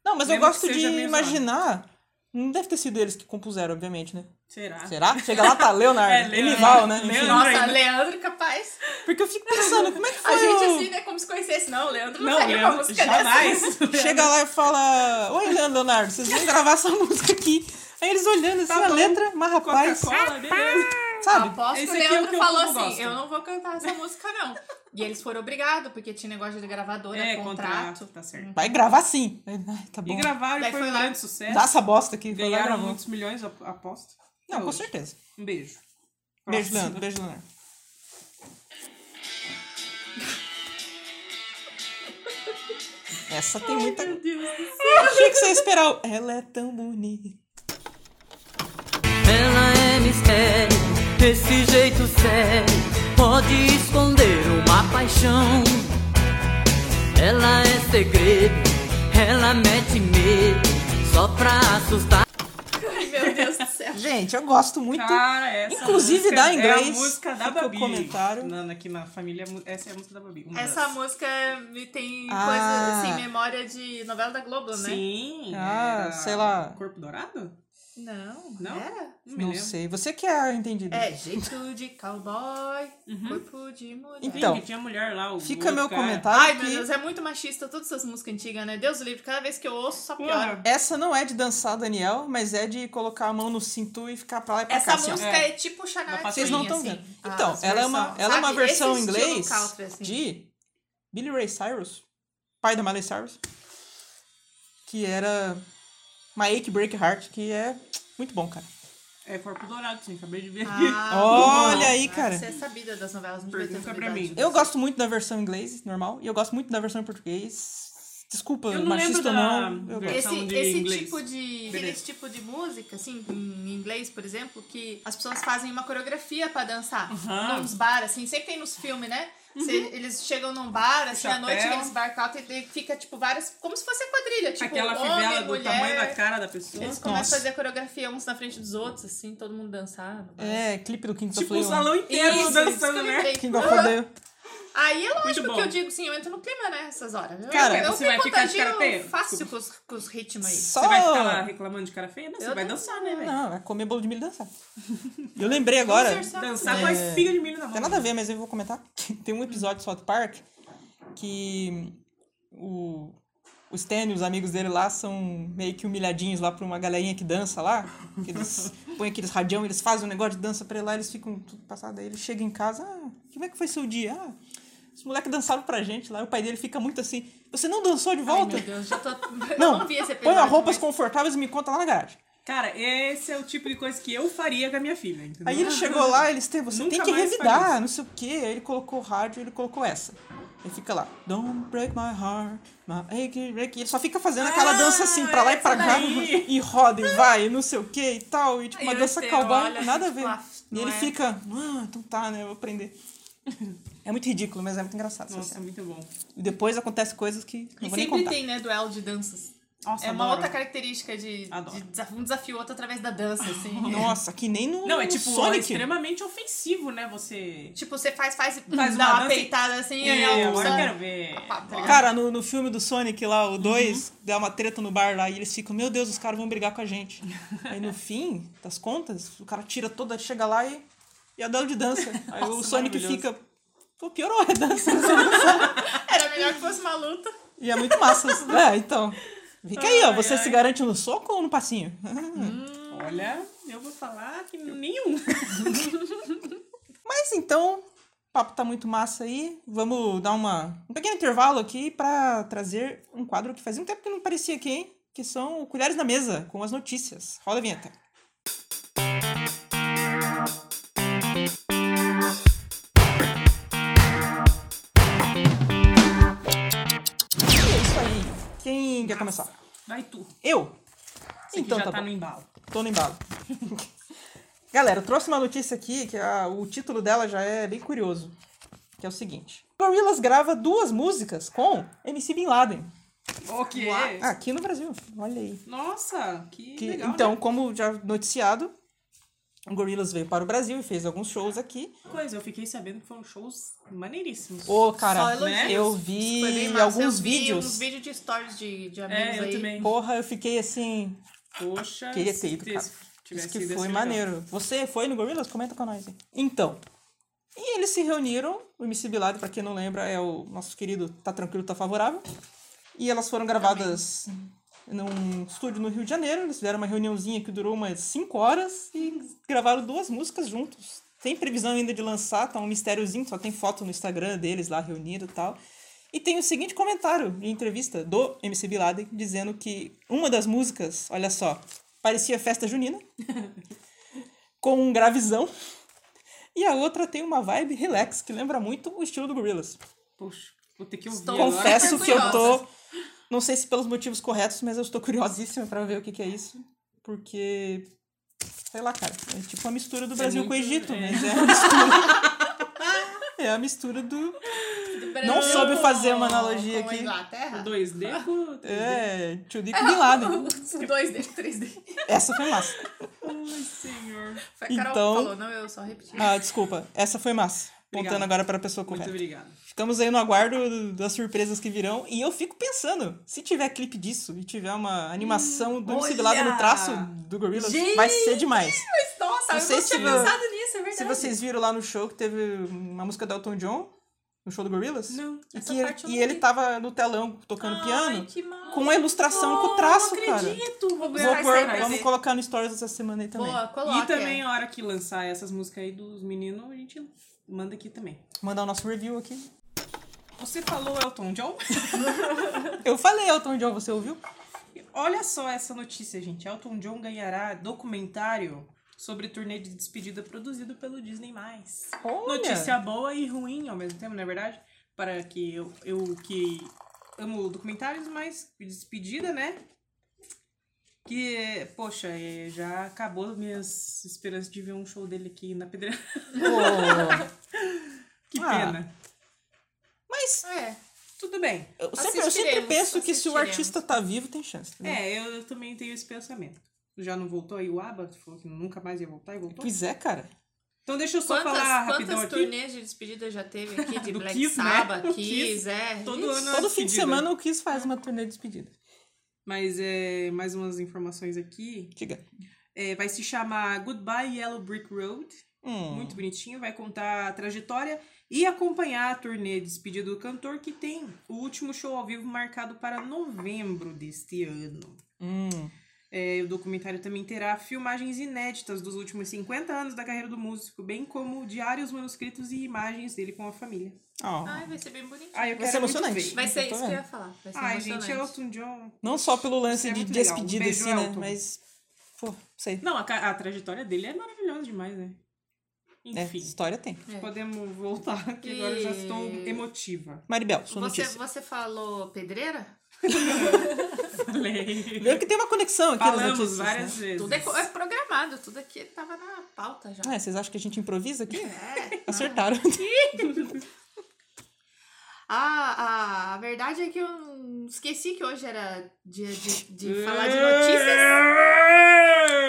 Speaker 2: Não, mas
Speaker 4: Mesmo
Speaker 2: eu
Speaker 4: que
Speaker 2: gosto de
Speaker 4: seja meio
Speaker 2: imaginar. Não deve ter sido eles que compuseram, obviamente, né?
Speaker 4: Será?
Speaker 2: Será? Chega
Speaker 4: (laughs)
Speaker 2: lá, tá Leonardo.
Speaker 4: É, Leonardo.
Speaker 2: Elival, né? Enfim.
Speaker 4: Leonardo.
Speaker 3: Nossa,
Speaker 4: Lembra.
Speaker 3: Leandro capaz.
Speaker 2: Porque eu fico pensando, como é que
Speaker 3: A
Speaker 2: foi?
Speaker 3: gente
Speaker 2: o-
Speaker 3: assim, né? Como se conhecesse. Não, o Leandro não,
Speaker 4: Não,
Speaker 3: faria uma
Speaker 4: Leandro,
Speaker 3: música
Speaker 4: jamais.
Speaker 2: (laughs)
Speaker 3: dessa.
Speaker 2: Chega lá e fala: Oi, Leandro, Leonardo, vocês vão gravar essa (laughs) música aqui. Aí eles olhando assim
Speaker 4: Tá
Speaker 2: a
Speaker 4: bom.
Speaker 2: letra, mas rapaz,
Speaker 4: Coca-Cola, beleza.
Speaker 2: sabe?
Speaker 3: Aposto que
Speaker 4: Esse
Speaker 3: o
Speaker 4: aqui é o
Speaker 3: Leandro
Speaker 4: que o
Speaker 3: falou assim:
Speaker 4: povo gosta.
Speaker 3: eu não vou cantar essa música, não. E eles foram obrigados, porque tinha negócio de gravadora,
Speaker 4: É,
Speaker 3: contrato. Hum.
Speaker 4: contrato, tá certo.
Speaker 2: Vai gravar sim. Aí, Ai, tá
Speaker 4: E
Speaker 2: bom.
Speaker 4: gravaram,
Speaker 3: Daí
Speaker 4: e foi
Speaker 3: foi
Speaker 4: um
Speaker 3: lá.
Speaker 4: grande sucesso.
Speaker 2: Dá essa bosta aqui. vai lá
Speaker 4: Ganharam
Speaker 2: gravar.
Speaker 4: muitos milhões, ap- aposto.
Speaker 2: Não,
Speaker 4: Até
Speaker 2: com
Speaker 4: hoje.
Speaker 2: certeza.
Speaker 4: Um beijo.
Speaker 2: Beijo,
Speaker 4: Próximo.
Speaker 2: Leandro. Beijo, Leonardo. Essa tem muita. Meu Deus Eu achei que você ia esperar. o- Ela é tão bonita.
Speaker 5: Ela é mistério, esse jeito sério pode esconder uma paixão. Ela é segredo, ela mete medo só pra assustar.
Speaker 3: (laughs) Ai, meu Deus do céu.
Speaker 2: Gente, eu gosto muito.
Speaker 4: Cara, essa
Speaker 2: Inclusive,
Speaker 4: música
Speaker 2: dá em
Speaker 4: É a
Speaker 2: inglês,
Speaker 4: música da
Speaker 2: fica o
Speaker 4: Babi.
Speaker 2: comentário.
Speaker 4: Na, aqui na família, essa é a música da Babi. Uma
Speaker 3: Essa
Speaker 4: das-
Speaker 3: música me tem
Speaker 2: Ah.
Speaker 3: coisa, assim, memória de novela da Globo, né?
Speaker 4: Sim.
Speaker 2: Ah,
Speaker 4: era
Speaker 2: sei lá.
Speaker 4: Corpo Dourado?
Speaker 3: Não,
Speaker 4: Não?
Speaker 3: era?
Speaker 4: me
Speaker 2: Não Hum.
Speaker 4: lembro.
Speaker 2: sei. Você que é entendido.
Speaker 3: É, jeito de cowboy, corpo de mulher.
Speaker 4: Sim,
Speaker 2: Uhum. Então,
Speaker 4: que tinha mulher lá. O
Speaker 2: Fica
Speaker 4: outro
Speaker 2: meu
Speaker 4: cara.
Speaker 2: comentário
Speaker 3: Ai,
Speaker 2: que
Speaker 3: meu Deus, é muito machista todas essas músicas antigas, né? Deus livre, cada vez que eu ouço só piora.
Speaker 4: Porra.
Speaker 2: essa não é de dançar Daniel, mas é de colocar a mão no cinto e ficar pra lá e pra
Speaker 3: Essa
Speaker 2: cá. assim, ó.
Speaker 3: música é, tipo Xanadu.
Speaker 4: Dá pra
Speaker 2: Vocês não estão
Speaker 3: assim,
Speaker 2: vendo. Então,
Speaker 3: as
Speaker 2: ela é uma,
Speaker 3: versão,
Speaker 2: ela é uma
Speaker 3: sabe?
Speaker 2: versão em
Speaker 3: Esse estilo
Speaker 2: inglês
Speaker 3: country, assim.
Speaker 2: de Billy Ray Cyrus, pai da Miley Cyrus, que era My Ache Break Heart, que é muito bom, cara.
Speaker 4: É Corpo Dourado, sim. Acabei de ver aqui. (laughs)
Speaker 3: Ah,
Speaker 2: Olha
Speaker 3: bom.
Speaker 2: aí,
Speaker 3: Ah,
Speaker 2: cara.
Speaker 3: Você é sabida das novelas, não devia ter
Speaker 4: Pergunta pra
Speaker 3: duvidado.
Speaker 4: mim.
Speaker 2: Eu gosto muito da versão em inglês, normal, e eu gosto muito da versão em português. Desculpa,
Speaker 4: Eu não
Speaker 2: machista
Speaker 4: lembro
Speaker 2: ou
Speaker 4: da
Speaker 2: não. Eu gosto.
Speaker 4: versão.
Speaker 3: Esse,
Speaker 4: de
Speaker 3: esse
Speaker 4: inglês.
Speaker 3: tipo de.
Speaker 4: Beleza.
Speaker 3: Aquele tipo de música, assim, em inglês, por exemplo, que as pessoas fazem uma coreografia pra dançar.
Speaker 4: Aham.
Speaker 3: Nos bar, assim, sempre tem nos filmes, né?
Speaker 2: Uhum.
Speaker 3: Cê- eles chegam num bar, assim, à
Speaker 4: Chapéu.
Speaker 3: noite eles barcam e tem- fica, tipo, várias. Como se fosse a quadrilha, tipo,
Speaker 4: Aquela
Speaker 3: homem,
Speaker 4: fivela do
Speaker 3: mulher.
Speaker 4: tamanho da cara da pessoa.
Speaker 3: Eles começam
Speaker 2: Nossa.
Speaker 3: a fazer a coreografia uns na frente dos outros, assim, todo mundo dançando.
Speaker 2: É, clipe do King of
Speaker 4: Tipo o
Speaker 2: Leon.
Speaker 4: salão inteiro
Speaker 3: Isso,
Speaker 4: dançando,
Speaker 3: isso que eu
Speaker 4: né?
Speaker 3: lembrei.
Speaker 2: King of Leon.
Speaker 3: (laughs) Aí é lógico
Speaker 4: Muito bom.
Speaker 3: que eu digo, sim, eu entro no clima, né, essas horas. Eu-
Speaker 2: Cara,
Speaker 3: eu,
Speaker 4: você
Speaker 3: eu
Speaker 4: vai
Speaker 3: fico
Speaker 4: ficar de
Speaker 3: tadinho
Speaker 4: cara feia?
Speaker 3: fácil com os, com os ritmos aí.
Speaker 2: Só...
Speaker 4: Você vai ficar lá reclamando de cara feia? Não, você
Speaker 3: Eu
Speaker 4: vai
Speaker 3: não-
Speaker 4: dançar, né, velho?
Speaker 2: (laughs) Não, vai comer bolo de milho e dançar. Eu lembrei agora.
Speaker 3: Vamos ser certos,
Speaker 4: Dançar
Speaker 3: né?
Speaker 4: com a espiga de milho na mão.
Speaker 2: É. Tem nada a ver, mas eu vou comentar. (laughs) Tem um episódio de South Park que o, o Stan e os amigos dele lá são meio que humilhadinhos lá por uma galerinha que dança lá. Que
Speaker 3: (laughs)
Speaker 2: eles põem aqueles radião, eles fazem um negócio de dança pra ele lá, eles ficam tudo passado. Aí ele chega em casa, ah, como é que foi seu dia? Ah, os moleques dançaram pra gente lá. E o pai dele fica muito assim, você não dançou de
Speaker 3: Ai,
Speaker 2: volta?
Speaker 3: meu Deus, já tô... (laughs) eu
Speaker 2: não,
Speaker 3: não vi esse episódio.
Speaker 2: põe assim, as roupas
Speaker 3: mas-
Speaker 2: confortáveis e me conta lá na garagem.
Speaker 4: Cara, esse é o tipo de coisa que eu faria com a minha filha, entendeu?
Speaker 2: Aí ele chegou lá, eles têm, você
Speaker 4: Nunca
Speaker 2: tem que
Speaker 4: mais faz
Speaker 2: revidar,
Speaker 4: isso.
Speaker 2: não sei o quê. Aí ele colocou o rádio, ele colocou essa. Ele fica lá, don't break my heart, my achy, break. Ele só fica fazendo aquela dança assim, pra lá e pra
Speaker 4: Ah, essa
Speaker 2: cá,
Speaker 4: daí.
Speaker 2: e roda e vai, e não sei o quê e tal. E tipo,
Speaker 3: Aí
Speaker 2: uma
Speaker 3: eu
Speaker 2: dança
Speaker 3: sei,
Speaker 2: cowboy,
Speaker 3: olha,
Speaker 2: nada a
Speaker 3: tipo,
Speaker 2: ver.
Speaker 3: ah,
Speaker 2: E
Speaker 3: não
Speaker 2: ele
Speaker 3: é.
Speaker 2: fica, ah, então tá, né, eu vou aprender. (laughs) É muito ridículo, mas é muito engraçado. essa
Speaker 4: Nossa,
Speaker 2: cena.
Speaker 4: muito bom.
Speaker 2: E depois acontecem coisas que não
Speaker 3: E
Speaker 2: vou nem
Speaker 3: sempre
Speaker 2: contar.
Speaker 3: tem, né, duelo de danças.
Speaker 4: Nossa,
Speaker 3: é uma
Speaker 4: adoro.
Speaker 3: outra característica de,
Speaker 4: Adoro.
Speaker 3: de desaf- um desafio outro através da dança, assim.
Speaker 2: Ah, Nossa, que nem no
Speaker 4: Não, é
Speaker 2: no
Speaker 4: tipo
Speaker 2: Sonic.
Speaker 4: extremamente ofensivo, né? Você.
Speaker 3: (laughs) Tipo, você faz, faz,
Speaker 4: Faz
Speaker 3: faz
Speaker 4: uma
Speaker 3: dá uma
Speaker 4: dança e-
Speaker 3: peitada assim, aí
Speaker 4: É,
Speaker 3: ela
Speaker 4: agora eu
Speaker 3: usa-
Speaker 4: quero ver.
Speaker 3: Tá ligado?
Speaker 2: Cara, no, no filme do Sonic lá, o 2, dá uma treta no bar lá e eles ficam, meu Deus, os caras vão brigar com
Speaker 4: (laughs)
Speaker 2: a gente. Aí no fim das contas, o cara tira toda, chega lá e, e a dela de dança. Aí o
Speaker 4: Nossa,
Speaker 2: Sonic
Speaker 4: maravilhoso.
Speaker 2: fica, pô, piorou a dança. (laughs)
Speaker 3: (laughs) Era melhor que fosse uma luta.
Speaker 2: E é muito massa. isso, né? então. Fica aí, ó.
Speaker 4: Ai,
Speaker 2: Você
Speaker 4: ai.
Speaker 2: se garante no soco ou no passinho? (laughs)
Speaker 4: Olha, eu vou falar que nenhum.
Speaker 2: Mas então, o papo tá muito massa aí. Vamos dar uma, um pequeno intervalo aqui pra trazer um quadro que fazia um tempo que não parecia aqui, hein? Que são o Colheres na Mesa, com as notícias. Roda a vinheta. É isso aí. Quem quer começar?
Speaker 4: Vai tu.
Speaker 2: Eu?
Speaker 4: Esse
Speaker 2: Então
Speaker 4: aqui já tá, no embalo.
Speaker 2: Tô no embalo. (laughs) Galera, eu trouxe uma notícia aqui que a- o título dela já é bem curioso. Que é o seguinte: Gorillaz grava duas músicas com MC Bin Laden. Ah,
Speaker 4: Ok.
Speaker 2: Aqui no Brasil. Olha aí.
Speaker 4: Nossa, que,
Speaker 2: Que-
Speaker 4: legal.
Speaker 2: então,
Speaker 4: né?
Speaker 2: como já noticiado, o Gorillaz veio para o Brasil e fez alguns shows aqui.
Speaker 4: né? coisa, eu fiquei sabendo que foram shows maneiríssimos.
Speaker 2: Ô,
Speaker 3: Só
Speaker 2: cara,
Speaker 3: elogios.
Speaker 2: eu
Speaker 3: Foi bem
Speaker 2: vi
Speaker 3: massa.
Speaker 2: alguns
Speaker 3: eu vi
Speaker 2: vídeos.
Speaker 3: Uns vídeos de stories de, de amigos
Speaker 4: É, eu
Speaker 3: aí.
Speaker 4: também.
Speaker 2: Porra, eu fiquei assim.
Speaker 4: Poxa.
Speaker 2: Queria ter ido,
Speaker 4: se
Speaker 2: cara.
Speaker 4: tivesse assim,
Speaker 2: Isso que
Speaker 4: ido, ia
Speaker 2: foi
Speaker 4: ser
Speaker 2: maneiro. Você foi no Gorillaz? Comenta com nós aí. Então. E eles se reuniram. O MC Bilado, pra quem não lembra, é o nosso querido Tá Tranquilo, Tá Favorável. E elas foram gravadas num estúdio no Rio de Janeiro. Eles fizeram uma reuniãozinha que durou umas 5 horas e gravaram duas músicas juntos. Tem previsão ainda de lançar, tá um mistériozinho, só tem foto no Instagram deles lá reunido e tal. E tem o seguinte comentário de entrevista do MC Biladen dizendo que uma das músicas, olha só, parecia festa junina, com um gravizão, e a outra tem uma vibe relax, que lembra muito o estilo do Gorillaz.
Speaker 4: Poxa, vou ter que ouvir
Speaker 3: Estou-
Speaker 4: agora.
Speaker 2: Confesso
Speaker 3: super
Speaker 2: que eu tô.
Speaker 3: curiosa.
Speaker 2: Não sei se pelos motivos corretos, mas eu estou curiosíssima pra ver o que, que é isso. Porque. Sei lá, cara. É tipo uma mistura do Brasil com o
Speaker 4: muito-
Speaker 2: Egito,
Speaker 4: é.
Speaker 2: mas é a mistura. (laughs) é a mistura do. Não soube fazer uma analogia
Speaker 3: com a
Speaker 2: aqui.
Speaker 3: Inglaterra.
Speaker 4: 2D com 3D.
Speaker 2: É. Tio Dick Bin Laden.
Speaker 3: Os (laughs) dois d 3D.
Speaker 2: Essa foi massa.
Speaker 4: senhor.
Speaker 3: Foi a Carol
Speaker 2: Então-
Speaker 3: que falou, não, eu só repeti.
Speaker 2: Ah, desculpa. Essa foi massa. Apontando
Speaker 4: Obrigado.
Speaker 2: agora para a pessoa
Speaker 4: Muito
Speaker 2: correta.
Speaker 4: obrigado.
Speaker 2: Ficamos aí no aguardo das surpresas que virão. E eu fico pensando, se tiver clipe disso e tiver uma animação do MC Bilado
Speaker 4: olha!
Speaker 2: no traço do Gorillaz, vai ser demais.
Speaker 3: Nossa,
Speaker 2: Não
Speaker 3: eu
Speaker 2: sei
Speaker 3: não
Speaker 2: se
Speaker 3: tinha
Speaker 2: eu-
Speaker 3: pensado nisso, é verdade.
Speaker 2: Se vocês viram lá no show que teve uma música do Elton John, no show do Gorillaz,
Speaker 4: Não,
Speaker 2: e,
Speaker 3: essa
Speaker 2: que ele,
Speaker 3: parte eu
Speaker 2: e
Speaker 3: não
Speaker 2: ele
Speaker 3: vi.
Speaker 2: tava no telão tocando piano,
Speaker 3: Ai, que mal.
Speaker 2: com a
Speaker 3: Oh,
Speaker 2: ilustração, com o traço, cara.
Speaker 4: Vou
Speaker 3: Vou
Speaker 2: Vou
Speaker 3: Vai
Speaker 2: pôr-
Speaker 3: sair, vai
Speaker 2: vamos
Speaker 3: ser.
Speaker 2: colocar no Stories essa semana aí também.
Speaker 3: Boa, coloca.
Speaker 4: E também, a hora que lançar essas músicas aí dos meninos, a gente manda aqui também.
Speaker 2: Mandar o nosso review aqui.
Speaker 4: Você falou Elton
Speaker 2: (laughs)
Speaker 4: John?
Speaker 2: Eu falei, Elton John, você ouviu?
Speaker 4: Olha só essa notícia, gente. Elton John ganhará documentário sobre turnê de despedida produzido pelo Disney+.
Speaker 2: Olha!
Speaker 4: Notícia boa e ruim ao mesmo tempo, na verdade. Para que eu, eu que amo documentários, mas despedida, né? Que, poxa, é, já acabou minhas esperanças de ver um show dele aqui na pedreira. (laughs)
Speaker 2: Pô.
Speaker 4: Que
Speaker 2: Ah.
Speaker 4: pena.
Speaker 2: Mas
Speaker 3: É,
Speaker 4: Tudo bem.
Speaker 2: eu sempre, eu sempre
Speaker 3: Assistiremos,
Speaker 2: penso que se o
Speaker 3: assistiremos.
Speaker 2: artista tá vivo, tem chance. entendeu?
Speaker 4: É, eu, eu também tenho esse pensamento. Já não voltou aí o ABBA? Tu falou que nunca mais ia voltar e voltou?
Speaker 2: Pois é, cara.
Speaker 4: Então deixa eu só
Speaker 3: quantas,
Speaker 4: falar rapidão
Speaker 3: quantas
Speaker 4: aqui.
Speaker 3: turnês de despedida já teve aqui
Speaker 4: (laughs)
Speaker 3: de
Speaker 4: Do
Speaker 3: Black
Speaker 4: Kiss, né?
Speaker 3: Sabbath,
Speaker 4: O
Speaker 3: Kiss,
Speaker 4: Kiss,
Speaker 3: é.
Speaker 4: todo ano.
Speaker 2: Todo fim de
Speaker 4: despedida.
Speaker 2: semana o Kiss faz uma turnê de despedida.
Speaker 4: Mas é, mais umas informações aqui.
Speaker 2: Diga.
Speaker 4: É, vai se chamar Goodbye Yellow Brick Road.
Speaker 2: Hum.
Speaker 4: Muito bonitinho. Vai contar a trajetória e acompanhar a turnê de despedida do cantor, que tem o último show ao vivo marcado para novembro deste ano.
Speaker 2: Hum.
Speaker 4: É, o documentário também terá filmagens inéditas dos últimos 50 anos da carreira do músico, bem como diários, manuscritos e imagens dele com a família.
Speaker 2: Ó.
Speaker 3: Ai, vai ser bem bonitinho.
Speaker 4: Ah, eu
Speaker 2: Vai ser
Speaker 4: quero muito
Speaker 2: emocionante.
Speaker 4: ver.
Speaker 3: Vai ser
Speaker 2: eu tô
Speaker 3: isso que eu
Speaker 2: vendo.
Speaker 3: ia falar. Vai ser
Speaker 4: Ai,
Speaker 3: emocionante.
Speaker 4: gente, Elton John.
Speaker 2: Não só pelo
Speaker 4: Isso
Speaker 2: lance
Speaker 4: é
Speaker 2: de
Speaker 4: muito legal. Um
Speaker 2: despedida,
Speaker 4: beijo,
Speaker 2: assim, né?
Speaker 4: Elton.
Speaker 2: Mas, pô, sei.
Speaker 4: Não, a, ca- a trajetória dele é maravilhosa demais, né?
Speaker 2: É,
Speaker 4: Enfim,
Speaker 2: história tem.
Speaker 3: É.
Speaker 4: podemos voltar, que agora eu já estou
Speaker 3: E-
Speaker 4: emotiva.
Speaker 2: Maribel, sua
Speaker 3: Você,
Speaker 2: notícia.
Speaker 3: você falou pedreira?
Speaker 4: (laughs) Falei.
Speaker 2: Viu que tem uma conexão aqui nas
Speaker 4: Falamos
Speaker 2: notícias, né?
Speaker 4: várias vezes.
Speaker 3: Tudo é, co- é programado, tudo aqui tava na pauta já.
Speaker 2: Ah, vocês acham que a gente
Speaker 4: (laughs)
Speaker 2: improvisa aqui?
Speaker 3: É.
Speaker 2: Acertaram.
Speaker 3: Ah, ah, a verdade é que eu esqueci que hoje era dia de, de é falar de notícias
Speaker 4: É! (laughs)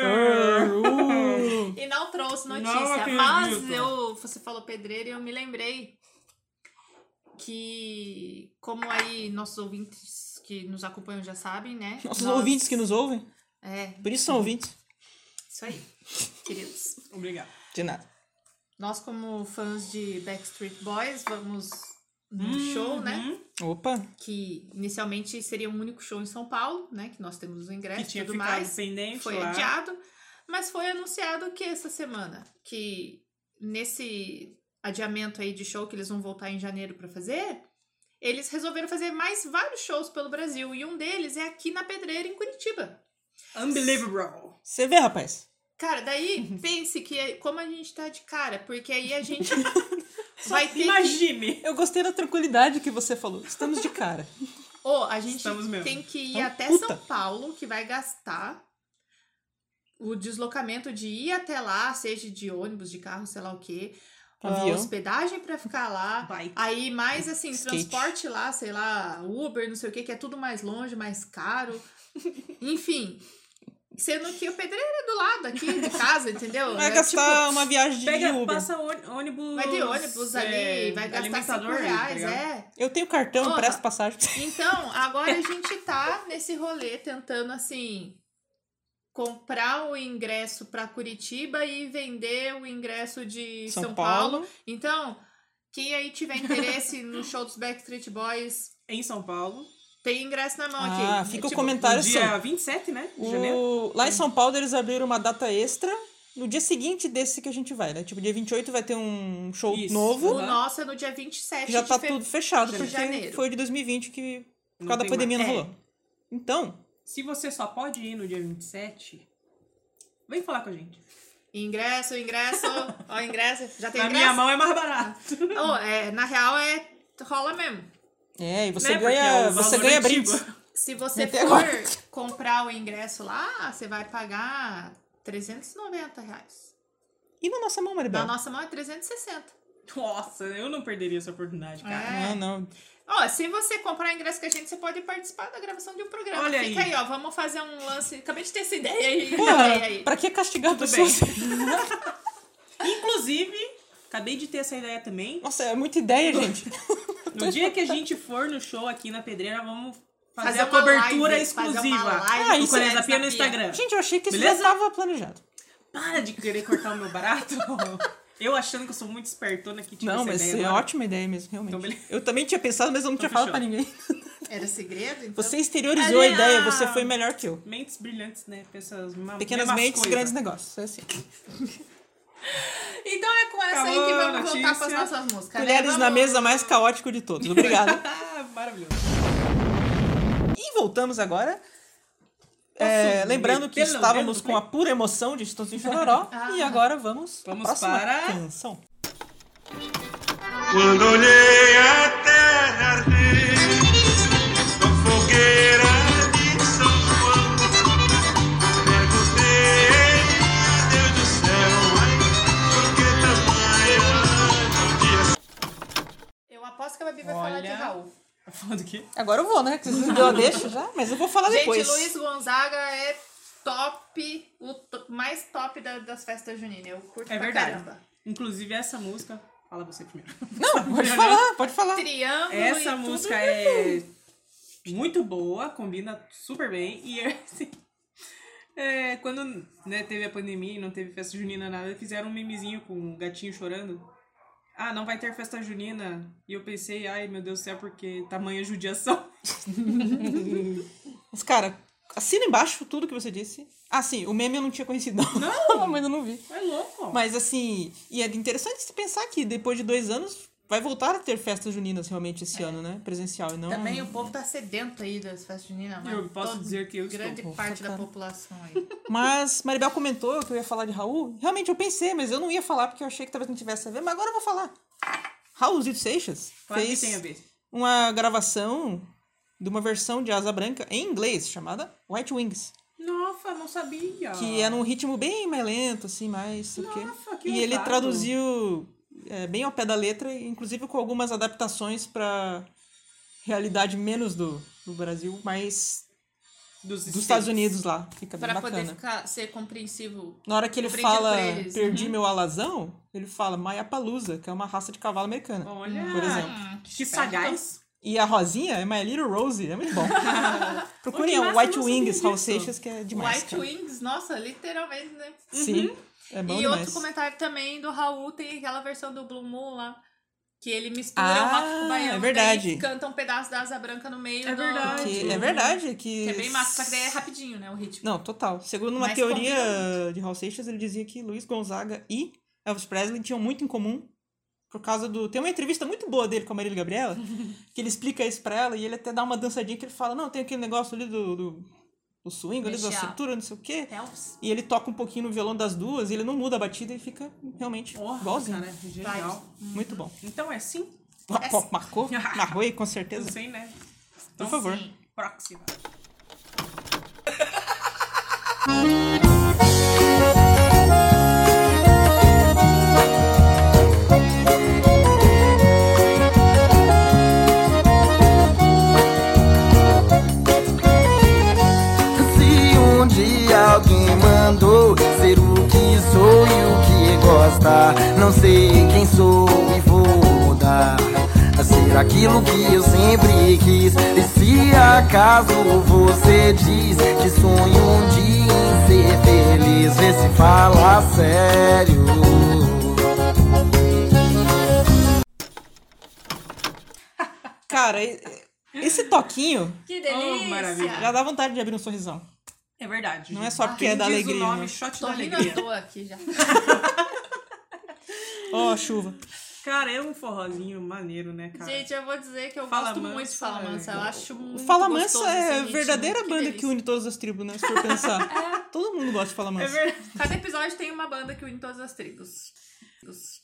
Speaker 2: Uh,
Speaker 3: e não trouxe notícia.
Speaker 4: Não acredito.
Speaker 3: mas eu, você falou pedreiro e eu me lembrei que, como aí nossos ouvintes que nos acompanham já sabem, né?
Speaker 2: Nossos
Speaker 3: Nós-
Speaker 2: ouvintes que nos ouvem,
Speaker 3: É,
Speaker 2: por isso são ouvintes.
Speaker 3: isso aí, queridos.
Speaker 4: Obrigado.
Speaker 2: De nada.
Speaker 3: Nós, como fãs de Backstreet Boys, vamos num
Speaker 4: Uhum.
Speaker 3: show, né?
Speaker 2: Opa,
Speaker 3: que inicialmente seria um único show em São Paulo, né? Que nós temos o ingresso
Speaker 4: Que
Speaker 3: e
Speaker 4: tinha
Speaker 3: tudo
Speaker 4: ficado
Speaker 3: mais.
Speaker 4: pendente
Speaker 3: Foi
Speaker 4: lá.
Speaker 3: adiado, mas foi anunciado que essa semana, que nesse adiamento aí de show que eles vão voltar em janeiro pra fazer, eles resolveram fazer mais vários shows pelo Brasil e um deles é aqui na Pedreira em Curitiba.
Speaker 4: Unbelievable.
Speaker 2: você vê, rapaz.
Speaker 3: Cara, daí pense que é- como a gente tá de cara, porque aí a gente vai ter que
Speaker 4: Imagine.
Speaker 2: Eu gostei da tranquilidade que você falou. Estamos
Speaker 4: (laughs)
Speaker 2: de cara.
Speaker 3: Ô, a gente
Speaker 4: Estamos mesmo.
Speaker 3: tem que ir
Speaker 2: Então,
Speaker 3: até
Speaker 2: puta.
Speaker 3: São Paulo, que vai gastar o deslocamento de ir até lá, seja de ônibus, de carro, sei lá o quê. a
Speaker 2: Avião.
Speaker 3: hospedagem pra ficar lá.
Speaker 4: Bike.
Speaker 3: Aí mais assim,
Speaker 2: Skate.
Speaker 3: transporte lá, sei lá, Uber, não sei o que, que é tudo mais longe, mais caro. Enfim. Sendo que o pedreiro é do lado aqui de casa, entendeu?
Speaker 2: Vai
Speaker 3: É,
Speaker 2: gastar
Speaker 3: tipo,
Speaker 2: uma viagem de
Speaker 4: Pega,
Speaker 2: Uber.
Speaker 4: passa ô- ônibus.
Speaker 3: Vai de ônibus
Speaker 4: é,
Speaker 3: ali, vai gastar
Speaker 4: alimentador,
Speaker 3: 5 reais,
Speaker 4: tá ligado?
Speaker 3: é.
Speaker 2: Eu tenho cartão,
Speaker 3: Porra.
Speaker 2: presto passagem.
Speaker 3: Então, agora a gente tá nesse rolê tentando, assim, comprar o ingresso pra Curitiba e vender o ingresso de São, Paulo. Então, quem aí tiver
Speaker 2: (laughs)
Speaker 3: interesse no show dos Backstreet Boys,
Speaker 4: Em São Paulo.
Speaker 3: tem ingresso na mão
Speaker 2: Ah,
Speaker 3: aqui.
Speaker 2: fica o
Speaker 3: Tipo,
Speaker 2: comentário assim.
Speaker 4: dia 27, né? De janeiro.
Speaker 2: O- Lá em Hum. São Paulo eles abriram uma data extra no dia seguinte desse que a gente vai, né? Tipo, dia 28 vai ter um show
Speaker 4: Isso.
Speaker 2: novo.
Speaker 3: O nosso é no dia 27
Speaker 2: que Já
Speaker 3: de
Speaker 2: tá
Speaker 3: fe-
Speaker 2: tudo fechado,
Speaker 3: de
Speaker 2: porque
Speaker 3: janeiro.
Speaker 2: foi de 2020 que por
Speaker 4: Não
Speaker 2: causa da
Speaker 4: tem
Speaker 2: pandemia
Speaker 3: mais.
Speaker 2: não
Speaker 3: É.
Speaker 2: rolou. Então,
Speaker 4: Se você só pode ir no dia 27, vem falar com a gente.
Speaker 3: Ingresso, ingresso, ó, ingresso. Já tem
Speaker 4: Na minha
Speaker 3: ingresso?
Speaker 4: mão é mais barato.
Speaker 3: Oh, é, na real, é rola mesmo.
Speaker 2: é, e você
Speaker 4: Né? Porque é
Speaker 2: ganha,
Speaker 4: o
Speaker 2: você
Speaker 4: valor
Speaker 2: ganha
Speaker 4: antigo.
Speaker 2: brindes.
Speaker 3: Se você
Speaker 2: Até
Speaker 3: for
Speaker 2: agora.
Speaker 3: comprar o ingresso lá, você vai pagar 390 reais.
Speaker 2: E na nossa mão, Maribel?
Speaker 3: Na nossa mão é 360.
Speaker 4: (laughs) Nossa, eu não perderia essa oportunidade, cara.
Speaker 3: É.
Speaker 2: Ah, Não, não.
Speaker 3: Ó, se você comprar ingresso com a gente, você pode participar da gravação de um programa.
Speaker 4: Olha
Speaker 3: Fica
Speaker 4: aí.
Speaker 3: aí. ó. Vamos fazer um lance. Acabei de ter essa ideia aí.
Speaker 2: Porra,
Speaker 3: ideia aí.
Speaker 2: pra que castigar
Speaker 4: Tudo
Speaker 2: pessoas?
Speaker 4: Inclusive, acabei de ter essa ideia também.
Speaker 2: (laughs) Nossa, é muita (laughs) ideia, gente.
Speaker 4: No dia que a gente for no show aqui na Pedreira, vamos fazer,
Speaker 3: Fazer
Speaker 4: a
Speaker 3: uma
Speaker 4: cobertura
Speaker 3: live, fazer
Speaker 4: exclusiva.
Speaker 3: uma live
Speaker 2: Ah,
Speaker 4: do
Speaker 2: isso
Speaker 4: Coreia
Speaker 2: é
Speaker 4: da Pia no
Speaker 3: desafio.
Speaker 4: Instagram.
Speaker 2: Gente, eu achei que isso
Speaker 4: Beleza?
Speaker 2: já tava planejado.
Speaker 4: Para de querer cortar o meu barato. (laughs) eu achando que eu sou muito espertona aqui. tive
Speaker 2: não,
Speaker 4: essa
Speaker 2: mas
Speaker 4: ideia
Speaker 2: é
Speaker 4: agora.
Speaker 2: ótima Então, ideia mesmo, realmente.
Speaker 4: Então, beleza.
Speaker 2: eu também tinha pensado, mas eu não tinha
Speaker 4: fechou.
Speaker 2: falado pra ninguém. (laughs)
Speaker 3: Era segredo? Então?
Speaker 2: Você exteriorizou a
Speaker 4: Aliás.
Speaker 2: ideia, você foi melhor que eu.
Speaker 4: Mentes brilhantes, né? Pessoas
Speaker 2: Pequenas mentes, grandes negócios. É assim.
Speaker 3: Então é com essa aí que
Speaker 4: Acabou a
Speaker 3: vamos voltar
Speaker 4: notícia.
Speaker 3: para as nossas músicas. né?
Speaker 2: Mulheres na
Speaker 3: Vamos-
Speaker 2: mesa mais caótico de todos. Obrigado.
Speaker 3: (laughs)
Speaker 4: Ah, maravilhoso.
Speaker 2: E voltamos agora. É,
Speaker 4: Posso
Speaker 2: lembrando que
Speaker 4: meter no
Speaker 2: estávamos
Speaker 4: dedo,
Speaker 2: com a pura emoção de Estância em
Speaker 3: (laughs)
Speaker 2: Chororó.
Speaker 3: Ah.
Speaker 2: e agora vamos, à
Speaker 4: Vamos
Speaker 2: próxima
Speaker 4: para-
Speaker 2: canção.
Speaker 7: Quando olhei a terra arder Na fogueira de São João Perguntei a Deus do céu Por que tamanha judiação
Speaker 3: Eu aposto que a Babi vai falar de
Speaker 4: Olha.
Speaker 3: Raul.
Speaker 4: Tá falando do quê?
Speaker 2: Agora eu vou, né? Que Vocês me deu a deixa já, mas eu vou falar
Speaker 3: Gente,
Speaker 2: depois.
Speaker 3: Luiz Gonzaga é top, o to- mais top da- das festas juninas. Eu curto
Speaker 4: É
Speaker 3: pra
Speaker 4: verdade.
Speaker 3: caramba.
Speaker 4: Inclusive, essa música. (laughs) Fala você primeiro.
Speaker 2: Não, pode falar, pode falar.
Speaker 3: Triângulo e
Speaker 4: (laughs) Essa
Speaker 3: tudo.
Speaker 4: música é muito boa, combina super bem. E (laughs) é assim, é, quando né, teve a pandemia e não teve festa junina nada, fizeram um memezinho com um gatinho chorando. Ah, não vai ter festa junina. E eu pensei, ai meu Deus do céu, porque tamanha judiação.
Speaker 2: Mas, cara, assina embaixo tudo que você disse. Ah, sim, o meme eu não tinha conhecido, não. (laughs) Não, ainda não vi.
Speaker 4: É louco.
Speaker 2: Mas assim, e é interessante se pensar que depois de dois anos vai voltar a ter festas juninas realmente esse ano, né? Presencial e não.
Speaker 3: É. Também o povo tá sedento aí das festas juninas. mas
Speaker 4: Hum. Eu posso
Speaker 3: todo-
Speaker 4: dizer que eu estou.
Speaker 3: Grande
Speaker 2: Porra,
Speaker 3: parte da
Speaker 2: cara.
Speaker 3: população
Speaker 2: (laughs)
Speaker 3: aí.
Speaker 2: Mas Maribel comentou que eu ia falar de Raul. Realmente eu pensei, mas eu não ia falar porque eu achei que talvez não tivesse a ver, mas agora eu vou falar. Raulzito Seixas
Speaker 4: Claro que
Speaker 2: fez
Speaker 4: tem a ver.
Speaker 2: uma gravação de uma versão de Asa Branca em inglês chamada White Wings,
Speaker 4: Nossa, não sabia.
Speaker 2: que é num ritmo bem mais lento, assim, mais. sei o quê.
Speaker 4: Nossa, que
Speaker 2: e ele
Speaker 4: ousado.
Speaker 2: traduziu é, bem ao pé da letra, inclusive com algumas adaptações para realidade menos do, do Brasil, mas
Speaker 4: dos,
Speaker 2: dos Estados Unidos lá. Fica bem
Speaker 3: pra
Speaker 2: bacana.
Speaker 3: poder ficar, ser compreensivo.
Speaker 2: Na hora que ele
Speaker 3: Compreendido
Speaker 2: fala
Speaker 3: por eles. Uhum.
Speaker 2: perdi meu alazão, ele fala Maiapalusa, que é uma raça de cavalo americana.
Speaker 4: Olha,
Speaker 2: Por exemplo.
Speaker 3: Hum,
Speaker 4: que sagaz.
Speaker 2: E a Rosinha é My Little Rosie, é muito
Speaker 3: (laughs)
Speaker 2: bom. Procurem
Speaker 4: Olha, que
Speaker 2: a
Speaker 4: massa, eu
Speaker 2: White
Speaker 4: não sabia
Speaker 2: Wings, Raul
Speaker 4: disso.
Speaker 2: Seixas, que é demais.
Speaker 3: White
Speaker 2: cara.
Speaker 3: Wings, nossa, literalmente, né?
Speaker 2: Sim, é bom
Speaker 3: e
Speaker 2: demais.
Speaker 3: outro comentário também do Raul, tem aquela versão do Blue Moon lá, que ele mistura
Speaker 2: Ah,
Speaker 3: o rock com o baiano,
Speaker 2: é verdade.
Speaker 3: daí canta um pedaço da asa branca no meio.
Speaker 4: É
Speaker 3: do-
Speaker 4: verdade.
Speaker 2: Que é verdade que...
Speaker 3: Que é bem massa, só que daí é rapidinho, né, o ritmo.
Speaker 2: Não, total. Segundo uma
Speaker 3: Mas combina
Speaker 2: teoria de Raul Seixas, ele dizia que Luiz Gonzaga e Elvis Presley tinham muito em comum por causa do... Tem uma entrevista muito boa dele com a
Speaker 4: (laughs)
Speaker 2: Marília Gabriela, que ele explica isso pra ela e ele até dá uma dançadinha que ele fala, não, tem aquele negócio ali do... do... do swing, ali da
Speaker 3: Mexer a-
Speaker 2: cintura, não sei o quê.
Speaker 3: Helps.
Speaker 2: E ele toca um pouquinho no violão das duas, e ele não muda a batida e fica realmente
Speaker 4: Porra,
Speaker 2: igualzinho.
Speaker 4: cara, genial.
Speaker 2: Muito bom.
Speaker 4: Então é sim?
Speaker 2: Ma- ma- Marcou? (laughs) Marcou aí, com
Speaker 4: Eu
Speaker 2: certeza.
Speaker 4: sei, né?
Speaker 2: Por favor.
Speaker 4: Próxima.
Speaker 8: Se um dia alguém mandou ser o que sou e o que gosta, não sei quem sou e vou mudar. a Ser aquilo que eu sempre quis. E se acaso você diz que sonho um dia em ser feliz, vê se fala sério.
Speaker 2: Cara, e- esse toquinho
Speaker 3: Que
Speaker 4: delícia. Oh, maravilha.
Speaker 2: já dá vontade de abrir um sorrisão.
Speaker 4: É verdade.
Speaker 2: Não
Speaker 4: gente.
Speaker 2: é só porque
Speaker 4: Quem
Speaker 2: é da
Speaker 4: diz
Speaker 2: alegria,
Speaker 4: o nome
Speaker 2: né?
Speaker 4: shot
Speaker 3: Tô
Speaker 4: da
Speaker 3: rindo à
Speaker 4: alegria.
Speaker 3: toa aqui já.
Speaker 2: Ó, chuva.
Speaker 4: Cara, é um forrozinho maneiro, né, cara?
Speaker 3: Gente, eu vou dizer que eu
Speaker 4: Fala
Speaker 3: gosto
Speaker 4: Mansa,
Speaker 3: muito de Fala Mansa. Eu
Speaker 4: é.
Speaker 3: acho muito
Speaker 2: Fala
Speaker 3: gostoso assim,
Speaker 2: Mansa
Speaker 3: esse
Speaker 2: é a
Speaker 3: ritmo,
Speaker 2: verdadeira banda que
Speaker 3: delícia.
Speaker 2: une todas as tribos, né? Se for pensar. Todo mundo gosta de Fala
Speaker 4: é
Speaker 2: Mansa.
Speaker 4: verdade.
Speaker 3: Cada episódio tem uma banda que une todas as tribos. Dos-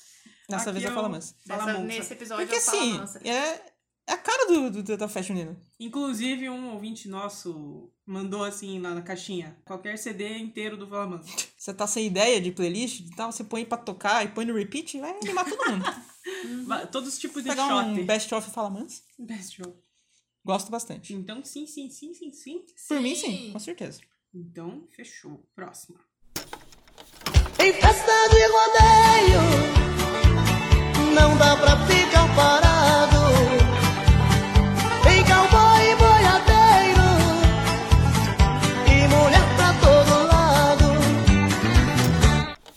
Speaker 2: Dessa
Speaker 4: Aqui
Speaker 2: vez é
Speaker 4: eu-
Speaker 2: Fala Mansa.
Speaker 4: Fala
Speaker 3: um dessa-
Speaker 4: Mansa.
Speaker 3: nesse episódio
Speaker 2: Porque
Speaker 3: eu falo
Speaker 2: assim,
Speaker 3: Mansa.
Speaker 2: é É a cara do, do- da festa junina.
Speaker 4: Inclusive, um ouvinte nosso mandou assim lá na caixinha: qualquer CD inteiro do Flamando.
Speaker 3: (laughs)
Speaker 2: Você tá sem ideia de playlist e tal, você põe pra tocar e põe no repeat, vai animar todo mundo.
Speaker 4: Va- Todos os tipos de
Speaker 2: Pegar um
Speaker 4: shot.
Speaker 2: best of e falar, mans,
Speaker 4: Best show.
Speaker 2: gosto bastante.
Speaker 4: Então, sim, sim, sim, sim, sim.
Speaker 2: Por mim, sim, com certeza.
Speaker 4: Então, fechou. Próxima.
Speaker 9: Em festa de rodeio Não dá pra ficar parado Tem cowboy e boiadeiro E mulher pra todo lado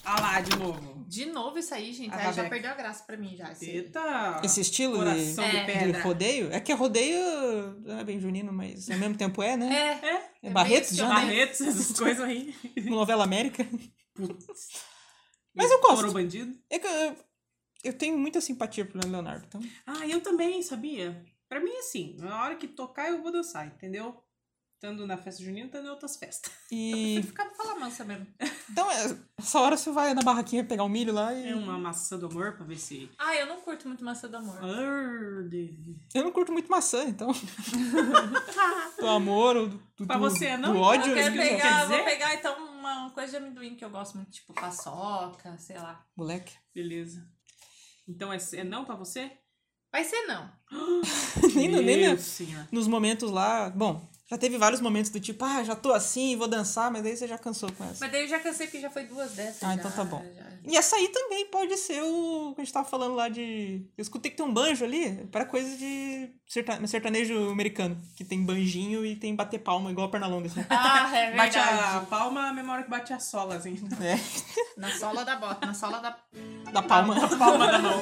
Speaker 4: Ah lá, de novo.
Speaker 3: De novo isso aí, gente.
Speaker 4: A é
Speaker 3: aí já
Speaker 4: Rabeca.
Speaker 3: perdeu a graça pra mim já. esse aí.
Speaker 4: Eita!
Speaker 2: Esse estilo de,
Speaker 4: Coração de
Speaker 3: É.
Speaker 2: de
Speaker 4: pedra.
Speaker 2: rodeio, é que é rodeio, não é bem junino, mas ao mesmo tempo é, né?
Speaker 3: É.
Speaker 4: É,
Speaker 2: É,
Speaker 3: é
Speaker 2: Barretos
Speaker 3: bem
Speaker 2: já, né?
Speaker 4: barretos, essas coisas aí.
Speaker 2: Novela América. Mas eu gosto.
Speaker 4: Coro bandido.
Speaker 2: É que eu, eu tenho muita simpatia pro Leonardo, então...
Speaker 4: Ah, eu também, sabia? Pra mim, assim, na hora que tocar, eu vou dançar, entendeu? Tanto na festa junina, tanto em outras festas.
Speaker 2: E...
Speaker 3: Ficar pra falar mansa mesmo.
Speaker 2: Então, é- essa hora você vai na barraquinha pegar o milho lá e...
Speaker 4: É uma maçã do amor pra ver se...
Speaker 3: Ah, eu não curto muito Maçã do Amor.
Speaker 4: Arde.
Speaker 2: Eu não curto muito maçã,
Speaker 3: (laughs)
Speaker 2: então. do amor ou do, do,
Speaker 4: Pra você, não?
Speaker 2: do ódio. né?
Speaker 3: Eu
Speaker 4: isso
Speaker 3: quero
Speaker 4: que você
Speaker 3: pegar,
Speaker 4: quer
Speaker 3: vou
Speaker 4: dizer?
Speaker 3: pegar então uma coisa de amendoim que eu gosto muito, tipo paçoca, sei lá.
Speaker 2: Moleque.
Speaker 4: Beleza. Então, é, é não pra
Speaker 2: (laughs)
Speaker 4: você?
Speaker 3: Vai ser não.
Speaker 2: nem, no- nem
Speaker 4: Meu
Speaker 2: no-
Speaker 4: senhor.
Speaker 2: nos momentos lá... Bom, já teve vários momentos do tipo, ah, já tô assim, vou dançar, mas aí você já cansou com essa.
Speaker 3: Mas daí eu já cansei porque já foi duas dessas.
Speaker 2: Ah,
Speaker 3: já,
Speaker 2: então tá bom.
Speaker 3: já.
Speaker 2: E essa aí também pode ser o que a gente tava falando lá de... Eu escutei que tem um banjo ali, para coisa de serta- sertanejo americano, que tem banjinho e tem bater palma igual a perna longa,
Speaker 3: (laughs)
Speaker 2: assim.
Speaker 3: Ah, é
Speaker 4: Bate
Speaker 3: verdade.
Speaker 4: a palma, a memória que bate a sola, assim.
Speaker 2: É,
Speaker 3: Na sola da bota, na sola da.
Speaker 2: da palma.
Speaker 4: palma da mão.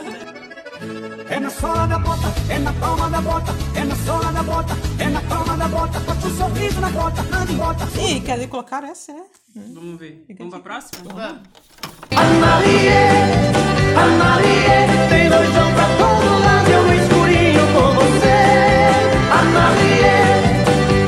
Speaker 7: É na sola da bota, é na palma da bota, é na sola da bota, é na palma da bota, bota um sorriso na bota, anda e bota.
Speaker 2: Ih, quer dizer, colocaram essa, né?
Speaker 4: Vamos
Speaker 2: (laughs)
Speaker 4: ver. Vamos pra próxima?
Speaker 2: Uhum.
Speaker 3: Vamos.
Speaker 9: Maria, tem noção pra todo lado Eu escurinho com você Ana Maria,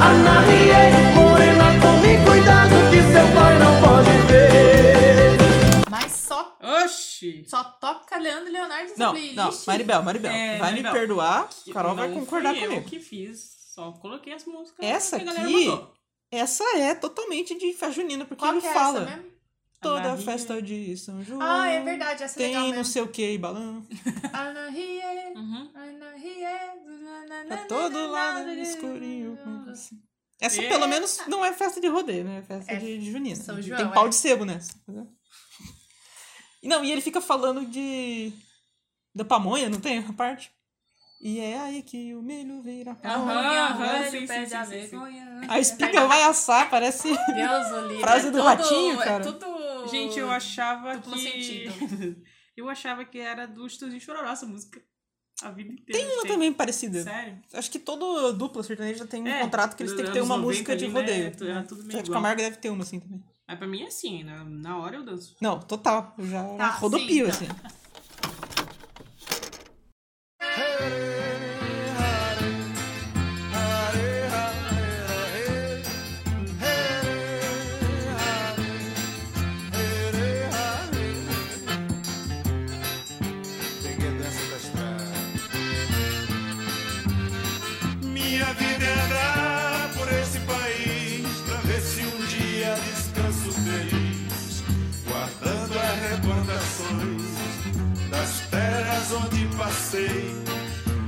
Speaker 9: Ana Maria Morena, tome cuidado que seu pai não pode ver
Speaker 3: Mas só,
Speaker 4: Oxi!
Speaker 3: só toca Leandro e Leonardo nessa
Speaker 2: Não,
Speaker 3: playlist.
Speaker 2: não, Maribel, Maribel.
Speaker 4: É,
Speaker 2: vai
Speaker 4: Maribel.
Speaker 2: me perdoar, Carol vai
Speaker 4: Não
Speaker 2: concordar
Speaker 4: fui
Speaker 2: comigo.
Speaker 4: Eu que fiz, só coloquei as músicas.
Speaker 2: Essa
Speaker 4: que a galera
Speaker 2: aqui-
Speaker 4: mandou.
Speaker 2: Essa é totalmente de festa junina, porque
Speaker 3: Qual
Speaker 2: ele
Speaker 3: que é
Speaker 2: fala
Speaker 3: essa mesmo?
Speaker 2: toda
Speaker 4: barriga.
Speaker 2: festa de São João.
Speaker 3: Ah, é verdade, essa é
Speaker 2: Tem
Speaker 3: legal
Speaker 2: não
Speaker 3: mesmo.
Speaker 2: sei o que e balão.
Speaker 3: Ana Rie,
Speaker 4: Uhum.
Speaker 3: Ana Rie,
Speaker 2: Tá todo lado escurinho com você. Essa
Speaker 4: É.
Speaker 2: pelo menos não é festa de rodeio, né? É festa
Speaker 3: É
Speaker 2: de, de junina.
Speaker 3: São
Speaker 2: Tem
Speaker 3: João,
Speaker 2: pau
Speaker 3: é.
Speaker 2: de sebo nessa. entendeu? E Não, e ele fica falando de. da pamonha, não tem a parte? E é aí que o milho vira
Speaker 3: Ah,
Speaker 2: pau.
Speaker 4: Aham,
Speaker 3: Aham,
Speaker 4: aham,
Speaker 3: aham,
Speaker 4: sim,
Speaker 3: sim,
Speaker 4: sim,
Speaker 3: perde
Speaker 4: sim,
Speaker 3: a
Speaker 4: sim,
Speaker 3: vergonha. né?
Speaker 2: A espiga vai assar, parece.
Speaker 3: (laughs) Deus o livre.
Speaker 2: Frase
Speaker 3: é
Speaker 2: do
Speaker 3: tudo-
Speaker 2: ratinho, cara.
Speaker 3: É tudo...
Speaker 4: Gente, eu achava
Speaker 3: Duplo
Speaker 4: que.
Speaker 3: sentido.
Speaker 4: (laughs) eu achava que era do Estúdio Chororó essa música. A vida inteira.
Speaker 2: Tem uma
Speaker 4: achei.
Speaker 2: também é parecida.
Speaker 4: Sério?
Speaker 2: Acho que todo dupla sertaneja tem um
Speaker 4: É,
Speaker 2: contrato que eles têm que ter
Speaker 4: anos
Speaker 2: uma
Speaker 4: 90
Speaker 2: música de
Speaker 4: ali, né?
Speaker 2: rodeio. É.
Speaker 4: Tu- era tudo meio
Speaker 2: Sérgio
Speaker 4: igual.
Speaker 2: Camargo deve ter uma, assim, também.
Speaker 4: Mas pra mim é assim, na, na hora eu danço.
Speaker 2: Não, total. Eu já
Speaker 3: Tá,
Speaker 2: rodopio,
Speaker 3: sim,
Speaker 2: assim.
Speaker 1: Peguei a dança da estrada.
Speaker 7: Minha vida é andar por esse país Pra ver se um dia descanso feliz Guardando as recordações Das terras onde passei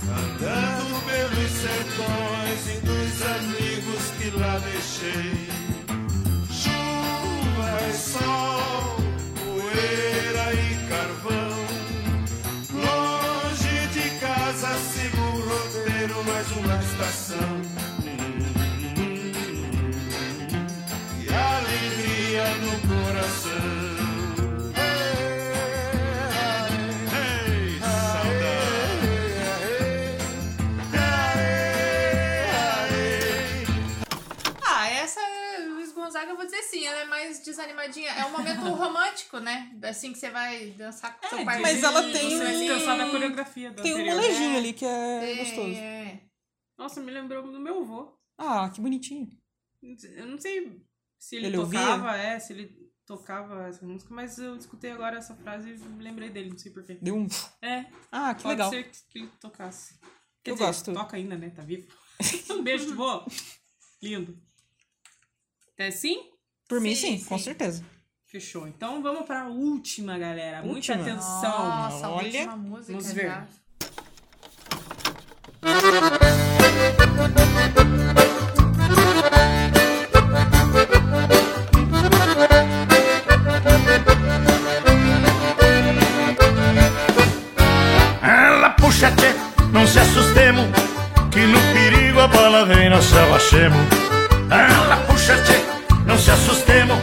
Speaker 7: Andando pelos sertões E dos amigos que lá deixei Chuva e sol, poeira e carvão Longe de casa sigo o roteiro, mais uma estação. E alegria no coração. Ei, ei, saudade. Ei, ei.
Speaker 3: Ah, essa Luiz Gonzaga, eu vou dizer sim, ela é mais desanimadinha. É um
Speaker 2: (laughs)
Speaker 3: momento romântico, né? Assim que você vai dançar com seu
Speaker 4: É, de-
Speaker 3: parceiro. né?
Speaker 2: mas ela tem
Speaker 4: Você
Speaker 2: um-
Speaker 4: descansar da coreografia da
Speaker 2: Tem um
Speaker 4: anterior.
Speaker 2: molejinho ali que é
Speaker 3: Tem,
Speaker 2: gostoso.
Speaker 3: é.
Speaker 4: Nossa, me lembrou do meu avô.
Speaker 2: Ah, que bonitinho.
Speaker 4: Eu não sei se ele,
Speaker 2: Ele ouvia?
Speaker 4: tocava, é, se ele tocava essa música, mas eu escutei agora essa frase e me lembrei dele, não sei porquê.
Speaker 2: Deu um...
Speaker 4: É,
Speaker 2: Ah, que
Speaker 4: pode
Speaker 2: legal.
Speaker 4: ser que ele tocasse. Quer
Speaker 2: Eu
Speaker 4: dizer,
Speaker 2: gosto.
Speaker 4: Toca ainda, né? Tá vivo. (laughs) Um beijo de vó. Lindo. É sim?
Speaker 2: Por mim,
Speaker 3: Sim,
Speaker 2: sim, com
Speaker 3: sim.
Speaker 2: certeza.
Speaker 4: Fechou. Então vamos pra última, galera. Muita
Speaker 2: Última?
Speaker 4: atenção.
Speaker 3: Nossa,
Speaker 2: olha,
Speaker 3: ótima música
Speaker 4: vamos ver.
Speaker 3: já.
Speaker 10: Ela puxa tchê, não se assustemo Que no perigo a bala vem, nós se abaixemo Ela puxa tchê, não se assustemo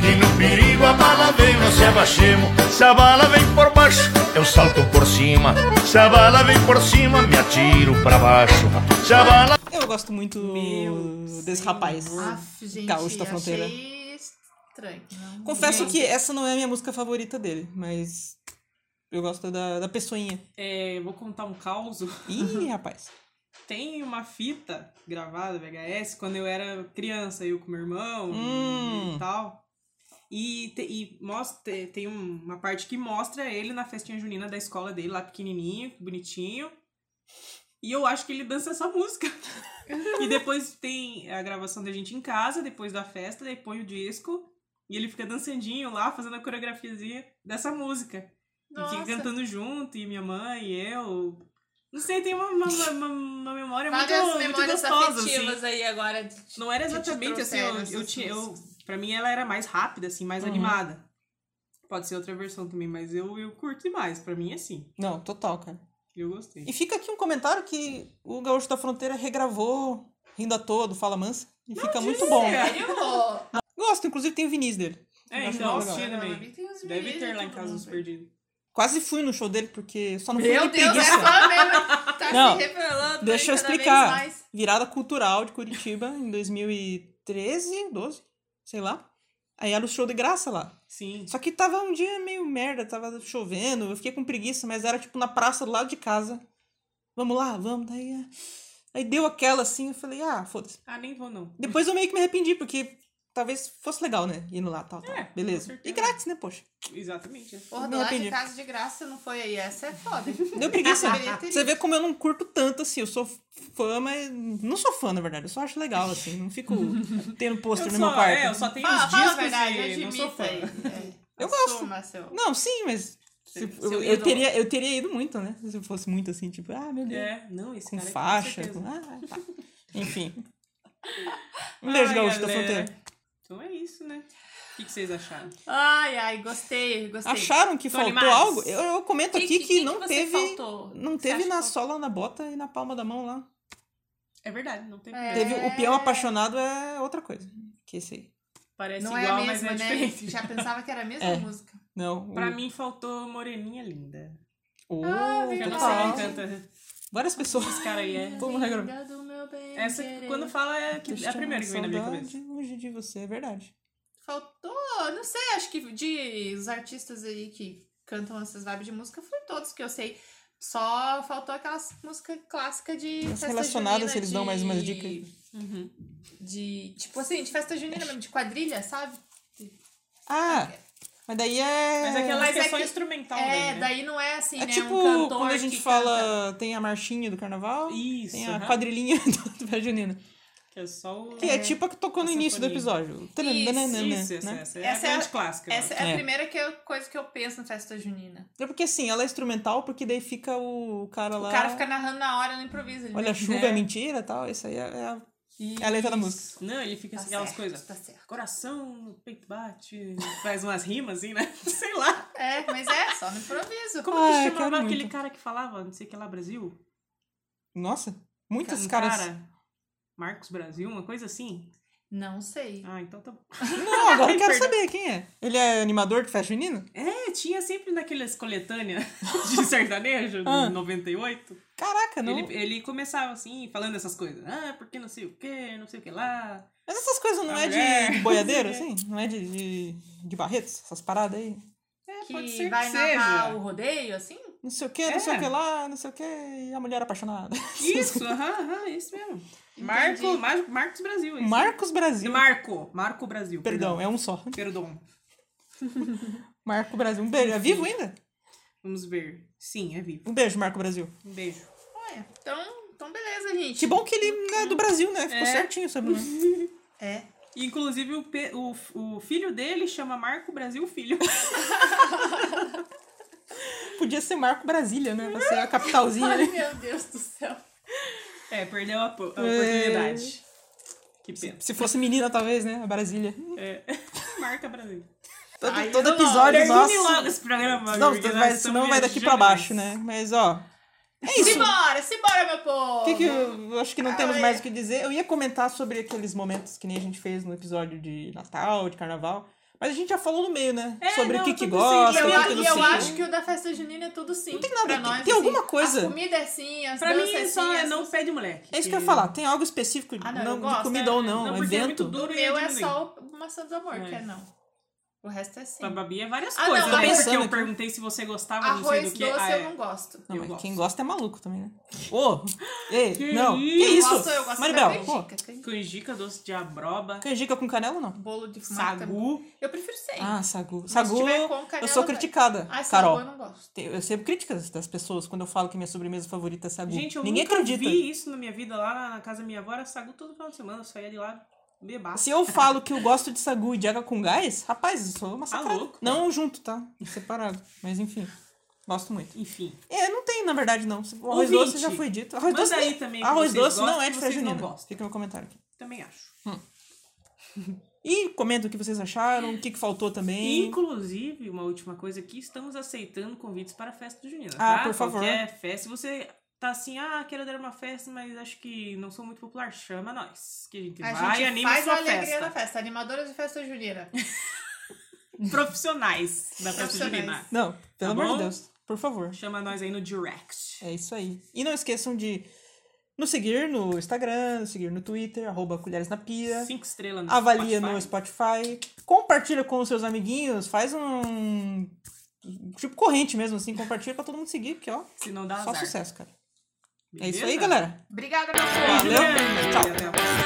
Speaker 10: Que no perigo a bala vem, nós se abaixemo Se a bala vem por baixo, eu salto por cima Se a bala vem por cima, me atiro pra baixo Se a bala
Speaker 2: Eu gosto muito desse rapaz.
Speaker 4: Ah,
Speaker 2: Ah,
Speaker 3: Aff, gente,
Speaker 2: Gaúcho da fronteira.
Speaker 3: achei estranho. Não.
Speaker 2: Confesso que essa não é a minha música favorita dele, mas eu gosto da, da pessoinha.
Speaker 4: É, vou contar um caos.
Speaker 2: Ih, rapaz.
Speaker 4: Tem uma fita gravada, VHS, quando eu era criança, eu com meu irmão
Speaker 2: Hum.
Speaker 4: e tal. E, te- e mostra, tem um- uma parte que mostra ele na festinha junina da escola dele, lá pequenininho, bonitinho. E eu acho que ele dança essa música. e depois tem a gravação da gente em casa, depois da festa, daí põe o disco. E ele fica dançandinho lá, fazendo a coreografiazinha dessa música. E
Speaker 3: Nossa.
Speaker 4: fica cantando junto, e minha mãe, e eu. Não sei, tem uma, uma, uma- uma memória muito,
Speaker 3: Várias
Speaker 4: muito
Speaker 3: memórias
Speaker 4: gostosa.
Speaker 3: afetivas
Speaker 4: assim.
Speaker 3: aí agora.
Speaker 4: Não era
Speaker 3: que te
Speaker 4: exatamente assim,
Speaker 3: trouxeram
Speaker 4: eu,
Speaker 3: essas
Speaker 4: eu tinha. Eu,
Speaker 3: músicas.
Speaker 4: pra mim ela era mais rápida, assim, mais
Speaker 2: Uhum.
Speaker 4: animada. Pode ser outra versão também, mas eu, eu curto demais. Pra mim é assim.
Speaker 2: Não, total, cara.
Speaker 4: Eu gostei.
Speaker 2: E fica aqui um comentário que o Gaúcho da Fronteira regravou Rindo à Toa, do Fala Mansa. E fica muito bom.
Speaker 3: Sério?
Speaker 2: Gosto, inclusive tem o Vinícius dele.
Speaker 4: É,
Speaker 2: Eu acho
Speaker 4: então
Speaker 2: legal.
Speaker 4: tinha
Speaker 3: né?
Speaker 4: também.
Speaker 3: Tem uns
Speaker 4: Deve
Speaker 3: meninos
Speaker 4: ter lá em
Speaker 3: de né? todo
Speaker 4: casa os
Speaker 3: mundo.
Speaker 4: perdidos.
Speaker 2: Quase fui no show dele, porque só não fui
Speaker 3: Meu
Speaker 2: de
Speaker 3: Deus, é
Speaker 2: preguiça.
Speaker 3: fã mesmo. Tá
Speaker 2: Não,
Speaker 3: se
Speaker 2: (laughs)
Speaker 3: revelando.
Speaker 2: Deixa eu
Speaker 3: aí cada vez
Speaker 2: explicar.
Speaker 3: mais.
Speaker 2: Virada cultural de Curitiba em 2013, 12, sei lá. Aí era o show de graça lá.
Speaker 4: Sim.
Speaker 2: Só que tava um dia meio merda, tava chovendo, eu fiquei com preguiça, mas era tipo na praça do lado de casa. Vamos lá, vamos, daí. ah. Aí deu aquela assim, eu falei, ah, foda-se.
Speaker 4: Ah, nem vou não.
Speaker 2: Depois eu meio que me arrependi, porque talvez fosse legal, né? Indo lá, tal, tal.
Speaker 4: É, com
Speaker 2: Beleza.
Speaker 4: certeza.
Speaker 2: E grátis, né, poxa?
Speaker 4: Exatamente. é.
Speaker 2: Me
Speaker 3: Porra, do lado de
Speaker 2: arrependi.
Speaker 3: casa de graça não foi aí. Essa é foda.
Speaker 2: Deu preguiça.
Speaker 3: Deveria ter
Speaker 2: Você vê como eu não curto tanto, assim. Eu sou fã, mas. Não sou fã, na verdade. Eu só acho legal, assim. Não fico tendo
Speaker 4: Eu
Speaker 2: pôster no meu
Speaker 4: só,
Speaker 2: quarto.
Speaker 4: é, eu só tenho
Speaker 3: né? Fala,
Speaker 4: os
Speaker 3: fala a
Speaker 4: discos
Speaker 3: verdade,
Speaker 4: e não sou
Speaker 3: admita
Speaker 4: fã.
Speaker 3: aí.
Speaker 2: Eu
Speaker 3: gosto. Seu...
Speaker 2: Não, sim, mas. se-
Speaker 4: Seu
Speaker 2: eu, eu
Speaker 4: ídolo.
Speaker 2: teria, eu teria ido muito, né? Se fosse muito assim, tipo, ah, meu Deus.
Speaker 4: É, não, esse
Speaker 2: com
Speaker 4: cara é
Speaker 2: faixa.
Speaker 4: certeza.
Speaker 2: Com... Ah, tá. Enfim. Um beijo, gaúcho da
Speaker 4: galera.
Speaker 2: fronteira.
Speaker 4: Então é isso, né? O que, que vocês acharam?
Speaker 3: Ai, ai, gostei, gostei.
Speaker 2: Acharam que
Speaker 4: Tô
Speaker 2: faltou
Speaker 4: animada.
Speaker 2: algo? Eu, eu comento aqui que, não
Speaker 5: você
Speaker 2: teve.
Speaker 5: faltou?
Speaker 2: Não
Speaker 5: Você acha
Speaker 2: teve
Speaker 5: que
Speaker 2: na
Speaker 5: faltou?
Speaker 2: sola, na bota e na palma da mão lá.
Speaker 4: É verdade, não tem
Speaker 3: É.
Speaker 2: Teve um- o peão apaixonado é outra coisa. Que esse aí.
Speaker 4: Parece
Speaker 3: Não
Speaker 4: igual,
Speaker 3: é a
Speaker 4: mas
Speaker 3: mesma,
Speaker 4: é
Speaker 3: né?
Speaker 4: diferente.
Speaker 3: Já pensava que era a mesma
Speaker 2: É.
Speaker 3: música.
Speaker 2: Não.
Speaker 4: (laughs)
Speaker 2: o-
Speaker 4: Pra mim faltou Moreninha Linda.
Speaker 2: Oh,
Speaker 4: Eu não sei
Speaker 2: total.
Speaker 4: quem canta
Speaker 2: Várias pessoas. (laughs)
Speaker 4: esse cara aí. É.
Speaker 2: Todo mundo regravou.
Speaker 3: Linda do meu bem
Speaker 4: Essa
Speaker 3: querer.
Speaker 4: quando fala é, que- é a primeira que vem na minha
Speaker 2: Saudade
Speaker 4: cabeça.
Speaker 2: longe de você, é verdade.
Speaker 3: Faltou, não sei, acho que de os artistas aí que cantam essas vibes de música, foi todos que eu sei. Só faltou aquelas músicas clássicas de
Speaker 2: As
Speaker 3: festa
Speaker 2: relacionadas,
Speaker 3: junina,
Speaker 2: se eles
Speaker 3: de...
Speaker 2: dão mais umas dicas.
Speaker 4: Uhum.
Speaker 3: De, tipo assim, de festa junina mesmo, de quadrilha, sabe?
Speaker 2: Ah, mas daí é.
Speaker 4: Mas aquela
Speaker 3: Mas
Speaker 4: música é
Speaker 3: é
Speaker 4: só
Speaker 3: que-
Speaker 4: instrumental
Speaker 3: é,
Speaker 4: daí,
Speaker 3: daí,
Speaker 4: né?
Speaker 3: não é assim,
Speaker 2: Tá É
Speaker 3: né?
Speaker 2: tipo
Speaker 3: um cantor
Speaker 2: quando a gente
Speaker 3: que
Speaker 2: fala tem a marchinha do carnaval,
Speaker 4: Isso.
Speaker 2: tem a
Speaker 4: aham.
Speaker 2: quadrilhinha (laughs) do Pé Junina.
Speaker 4: Que é só o...
Speaker 2: Que é, tipo a que tocou no
Speaker 4: A
Speaker 2: início do
Speaker 4: sinfonia.
Speaker 2: episódio.
Speaker 4: Isso,
Speaker 2: Isso,
Speaker 4: essa,
Speaker 2: né?
Speaker 4: essa é a
Speaker 3: Essa é a-
Speaker 4: grande clássica.
Speaker 3: canta.
Speaker 4: eu
Speaker 3: Essa é a
Speaker 2: É.
Speaker 3: primeira que eu- coisa que eu penso na festa junina.
Speaker 2: É porque assim, ela é instrumental porque daí fica o cara
Speaker 3: O
Speaker 2: lá.
Speaker 3: cara fica narrando na né?" hora, no improviso. ele
Speaker 2: Olha, a
Speaker 3: mesmo.
Speaker 2: chuva é, mentira e tal. Isso aí é, é a, é a letra da música.
Speaker 4: acho. Não, ele fica
Speaker 3: Tá
Speaker 4: assim, aquelas
Speaker 3: certo,
Speaker 4: coisas.
Speaker 3: Tá certo.
Speaker 4: Coração no peito bate. Faz umas rimas assim, né? (laughs) Sei lá.
Speaker 3: É, mas é só
Speaker 2: (laughs)
Speaker 3: no improviso.
Speaker 4: Como
Speaker 2: Ai,
Speaker 4: que chamava
Speaker 2: quero
Speaker 4: aquele
Speaker 2: muito.
Speaker 4: cara que falava, não sei o que lá, Brasil?
Speaker 2: Nossa, muitas
Speaker 4: um
Speaker 2: caras.
Speaker 4: cara, Marcos Brasil, uma coisa assim.
Speaker 3: Não sei.
Speaker 4: Ah, então tá bom.
Speaker 2: Não,
Speaker 4: (laughs)
Speaker 2: agora eu quero
Speaker 4: Perdão.
Speaker 2: saber quem é. Ele é animador de festa junina?
Speaker 4: É, tinha sempre naquelas coletâneas (laughs) de sertanejo,
Speaker 2: Ah.
Speaker 4: de 98.
Speaker 2: Caraca, não.
Speaker 4: Ele, ele começava assim, falando essas coisas. Ah, porque não sei o que, não sei o que lá.
Speaker 2: Mas essas coisas não
Speaker 4: A
Speaker 2: é
Speaker 4: mulher. (laughs)
Speaker 2: de, de boiadeiro, assim? Não é de, de, de barretos? Essas paradas aí?
Speaker 4: É,
Speaker 3: que
Speaker 4: pode ser
Speaker 3: vai
Speaker 4: que
Speaker 3: narrar
Speaker 4: seja.
Speaker 3: o rodeio, assim?
Speaker 2: Não sei o que, não
Speaker 4: É.
Speaker 2: sei o que lá, não sei o que, e a mulher apaixonada. (laughs)
Speaker 4: Isso, aham, aham, isso mesmo. Marco, Mar- Marcos Brasil. isso.
Speaker 2: Marcos Brasil.
Speaker 4: Marco, Marco Brasil.
Speaker 2: Perdão, é um só.
Speaker 4: Perdão.
Speaker 2: Marco Brasil. Um beijo. É vivo ainda?
Speaker 4: Vamos ver. Sim, é vivo.
Speaker 2: Um beijo, Marco Brasil.
Speaker 4: Um beijo.
Speaker 3: É, então, então beleza, gente.
Speaker 2: Que bom que ele não é do Brasil, né? Ficou
Speaker 4: É.
Speaker 2: certinho o sobrenome.
Speaker 3: É.
Speaker 4: Inclusive, o, pe- o, o filho dele chama Marco Brasil Filho. (laughs)
Speaker 2: Podia ser Marco Brasília, né? Pra ser a capitalzinha
Speaker 3: (laughs)
Speaker 2: né?
Speaker 3: Ai,
Speaker 4: (laughs)
Speaker 2: ali.
Speaker 3: meu Deus do céu.
Speaker 4: É, perdeu a, po- a oportunidade. Que pena.
Speaker 2: Se fosse menina, talvez, né? A Brasília. (laughs)
Speaker 4: É. Marca Brasil.
Speaker 2: Todo,
Speaker 3: Ai,
Speaker 2: todo
Speaker 3: eu não-
Speaker 2: episódio
Speaker 4: Termine
Speaker 2: nosso.
Speaker 4: logo esse programa.
Speaker 2: Não,
Speaker 4: porque nós
Speaker 2: vai,
Speaker 4: estamos
Speaker 2: senão vai daqui pra
Speaker 4: viajando.
Speaker 2: baixo, né? Mas, ó. É isso.
Speaker 3: Simbora, simbora, meu povo.
Speaker 2: O que que eu, eu acho que não temos
Speaker 3: Ah,
Speaker 2: mais
Speaker 3: é.
Speaker 2: o que dizer. Eu ia comentar sobre aqueles momentos que nem a gente fez no episódio de Natal, de Carnaval. Mas a gente já falou no meio, né?
Speaker 4: É,
Speaker 2: sobre o
Speaker 4: não,
Speaker 2: que
Speaker 4: eu
Speaker 2: que
Speaker 4: tô
Speaker 2: gosta,
Speaker 3: E
Speaker 4: pensando,
Speaker 3: eu,
Speaker 2: o que tá que
Speaker 3: e
Speaker 2: não
Speaker 3: eu
Speaker 2: sei.
Speaker 3: acho que o da festa junina é tudo sim. Não
Speaker 2: tem nada,
Speaker 3: pra
Speaker 2: tem-
Speaker 3: nós,
Speaker 2: tem
Speaker 3: assim.
Speaker 2: alguma coisa.
Speaker 3: A comida é sim, as
Speaker 4: Pra mim,
Speaker 3: danças
Speaker 4: só
Speaker 3: sim,
Speaker 4: é
Speaker 3: as-
Speaker 4: não pede moleque.
Speaker 2: É isso que eu ia falar. Tem algo específico
Speaker 3: Ah, não, eu
Speaker 2: não, de
Speaker 3: gosto,
Speaker 2: comida
Speaker 3: é.
Speaker 2: ou não,
Speaker 4: Não, porque é muito
Speaker 2: evento.
Speaker 4: duro
Speaker 3: O
Speaker 4: e
Speaker 3: meu é
Speaker 4: diminui.
Speaker 3: só o maçã do amor,
Speaker 4: É.
Speaker 3: que é não. O resto é sim.
Speaker 4: Pra Babi é várias
Speaker 3: Ah,
Speaker 4: coisas.
Speaker 3: não,
Speaker 4: né?
Speaker 2: mas-
Speaker 4: Porque
Speaker 2: Pensando
Speaker 4: eu
Speaker 2: aqui.
Speaker 4: perguntei se você gostava, não sei
Speaker 3: Arroz
Speaker 4: do
Speaker 3: doce
Speaker 4: que. Ah, é.
Speaker 3: eu não gosto.
Speaker 2: Não,
Speaker 4: Eu
Speaker 2: mas
Speaker 4: gosto.
Speaker 2: quem gosta é maluco também, né? Ô!
Speaker 3: (laughs)
Speaker 2: ei,
Speaker 4: Que
Speaker 2: não! Que
Speaker 4: isso?
Speaker 2: isso?
Speaker 3: Eu gosto, eu gosto
Speaker 2: Maribel,
Speaker 3: da
Speaker 2: pô,
Speaker 3: canjica. canjica.
Speaker 4: Canjica, doce de abroba,
Speaker 2: canjica com canela ou não?
Speaker 3: Bolo de fumar também.
Speaker 4: sagu.
Speaker 3: Eu prefiro sem.
Speaker 2: Ah, sagu. Sagu,
Speaker 3: tiver com canela,
Speaker 2: eu sou
Speaker 3: vai.
Speaker 2: criticada,
Speaker 3: Ah, sagu
Speaker 2: Carol.
Speaker 3: eu não gosto.
Speaker 2: Tem- Eu recebo críticas das pessoas quando eu falo que minha sobremesa favorita é sagu.
Speaker 4: Gente, eu
Speaker 2: Ninguém
Speaker 4: nunca
Speaker 2: acredita.
Speaker 4: vi isso na minha vida. Lá na- na casa da minha avó era sagu todo final de semana. Eu saía de lá bebaço.
Speaker 2: Se eu falo que eu gosto de sagu e de água com gás, rapaz, eu sou uma
Speaker 4: Tá louco, cara.
Speaker 2: Não junto, tá? Separado. Mas enfim, gosto muito.
Speaker 4: Enfim.
Speaker 2: É, não tem, na verdade, não. O arroz
Speaker 4: Ouvinte,
Speaker 2: doce já foi dito. Arroz
Speaker 4: manda
Speaker 2: doce
Speaker 4: aí
Speaker 2: nem-
Speaker 4: também o que
Speaker 2: Arroz
Speaker 4: vocês
Speaker 2: doce não
Speaker 4: gostam,
Speaker 2: é
Speaker 4: o que
Speaker 2: de festa
Speaker 4: vocês não
Speaker 2: junina.
Speaker 4: gostam.
Speaker 2: Fica no comentário aqui.
Speaker 4: Também acho.
Speaker 2: E comenta o que vocês acharam, o que, que faltou também.
Speaker 4: Inclusive, uma última coisa aqui, estamos aceitando convites para a festa do Junina,
Speaker 2: Ah,
Speaker 4: tá?
Speaker 2: por favor.
Speaker 4: Qualquer festa, se você tá assim, ah, quero dar uma festa, mas acho que não sou muito popular, chama nós, que a gente
Speaker 3: A
Speaker 4: vai e
Speaker 3: gente
Speaker 4: anima a
Speaker 3: faz
Speaker 4: sua
Speaker 3: a alegria
Speaker 4: festa.
Speaker 3: da festa. Animadoras de festa junina.
Speaker 4: Profissionais da festa
Speaker 3: Profissionais.
Speaker 4: junina.
Speaker 2: Não, pelo
Speaker 4: Tá
Speaker 2: amor
Speaker 4: bom?
Speaker 2: de Deus. Por favor.
Speaker 4: Chama nós aí no direct.
Speaker 2: É isso aí. E não esqueçam de nos seguir no Instagram, nos seguir no Twitter, arroba colheres na pia.
Speaker 4: Cinco estrelas no
Speaker 2: avalia no
Speaker 4: Spotify.
Speaker 2: Spotify, compartilha com os seus amiguinhos, faz um tipo corrente mesmo assim, compartilha pra todo mundo seguir, porque ó,
Speaker 4: Se não dá
Speaker 2: só
Speaker 4: azar.
Speaker 2: sucesso, cara. É
Speaker 4: Beleza?
Speaker 2: isso aí, galera.
Speaker 3: Obrigada, meu povo.
Speaker 4: Beijo,
Speaker 2: Valeu.
Speaker 4: grande.
Speaker 2: Tchau.
Speaker 4: Até a próxima.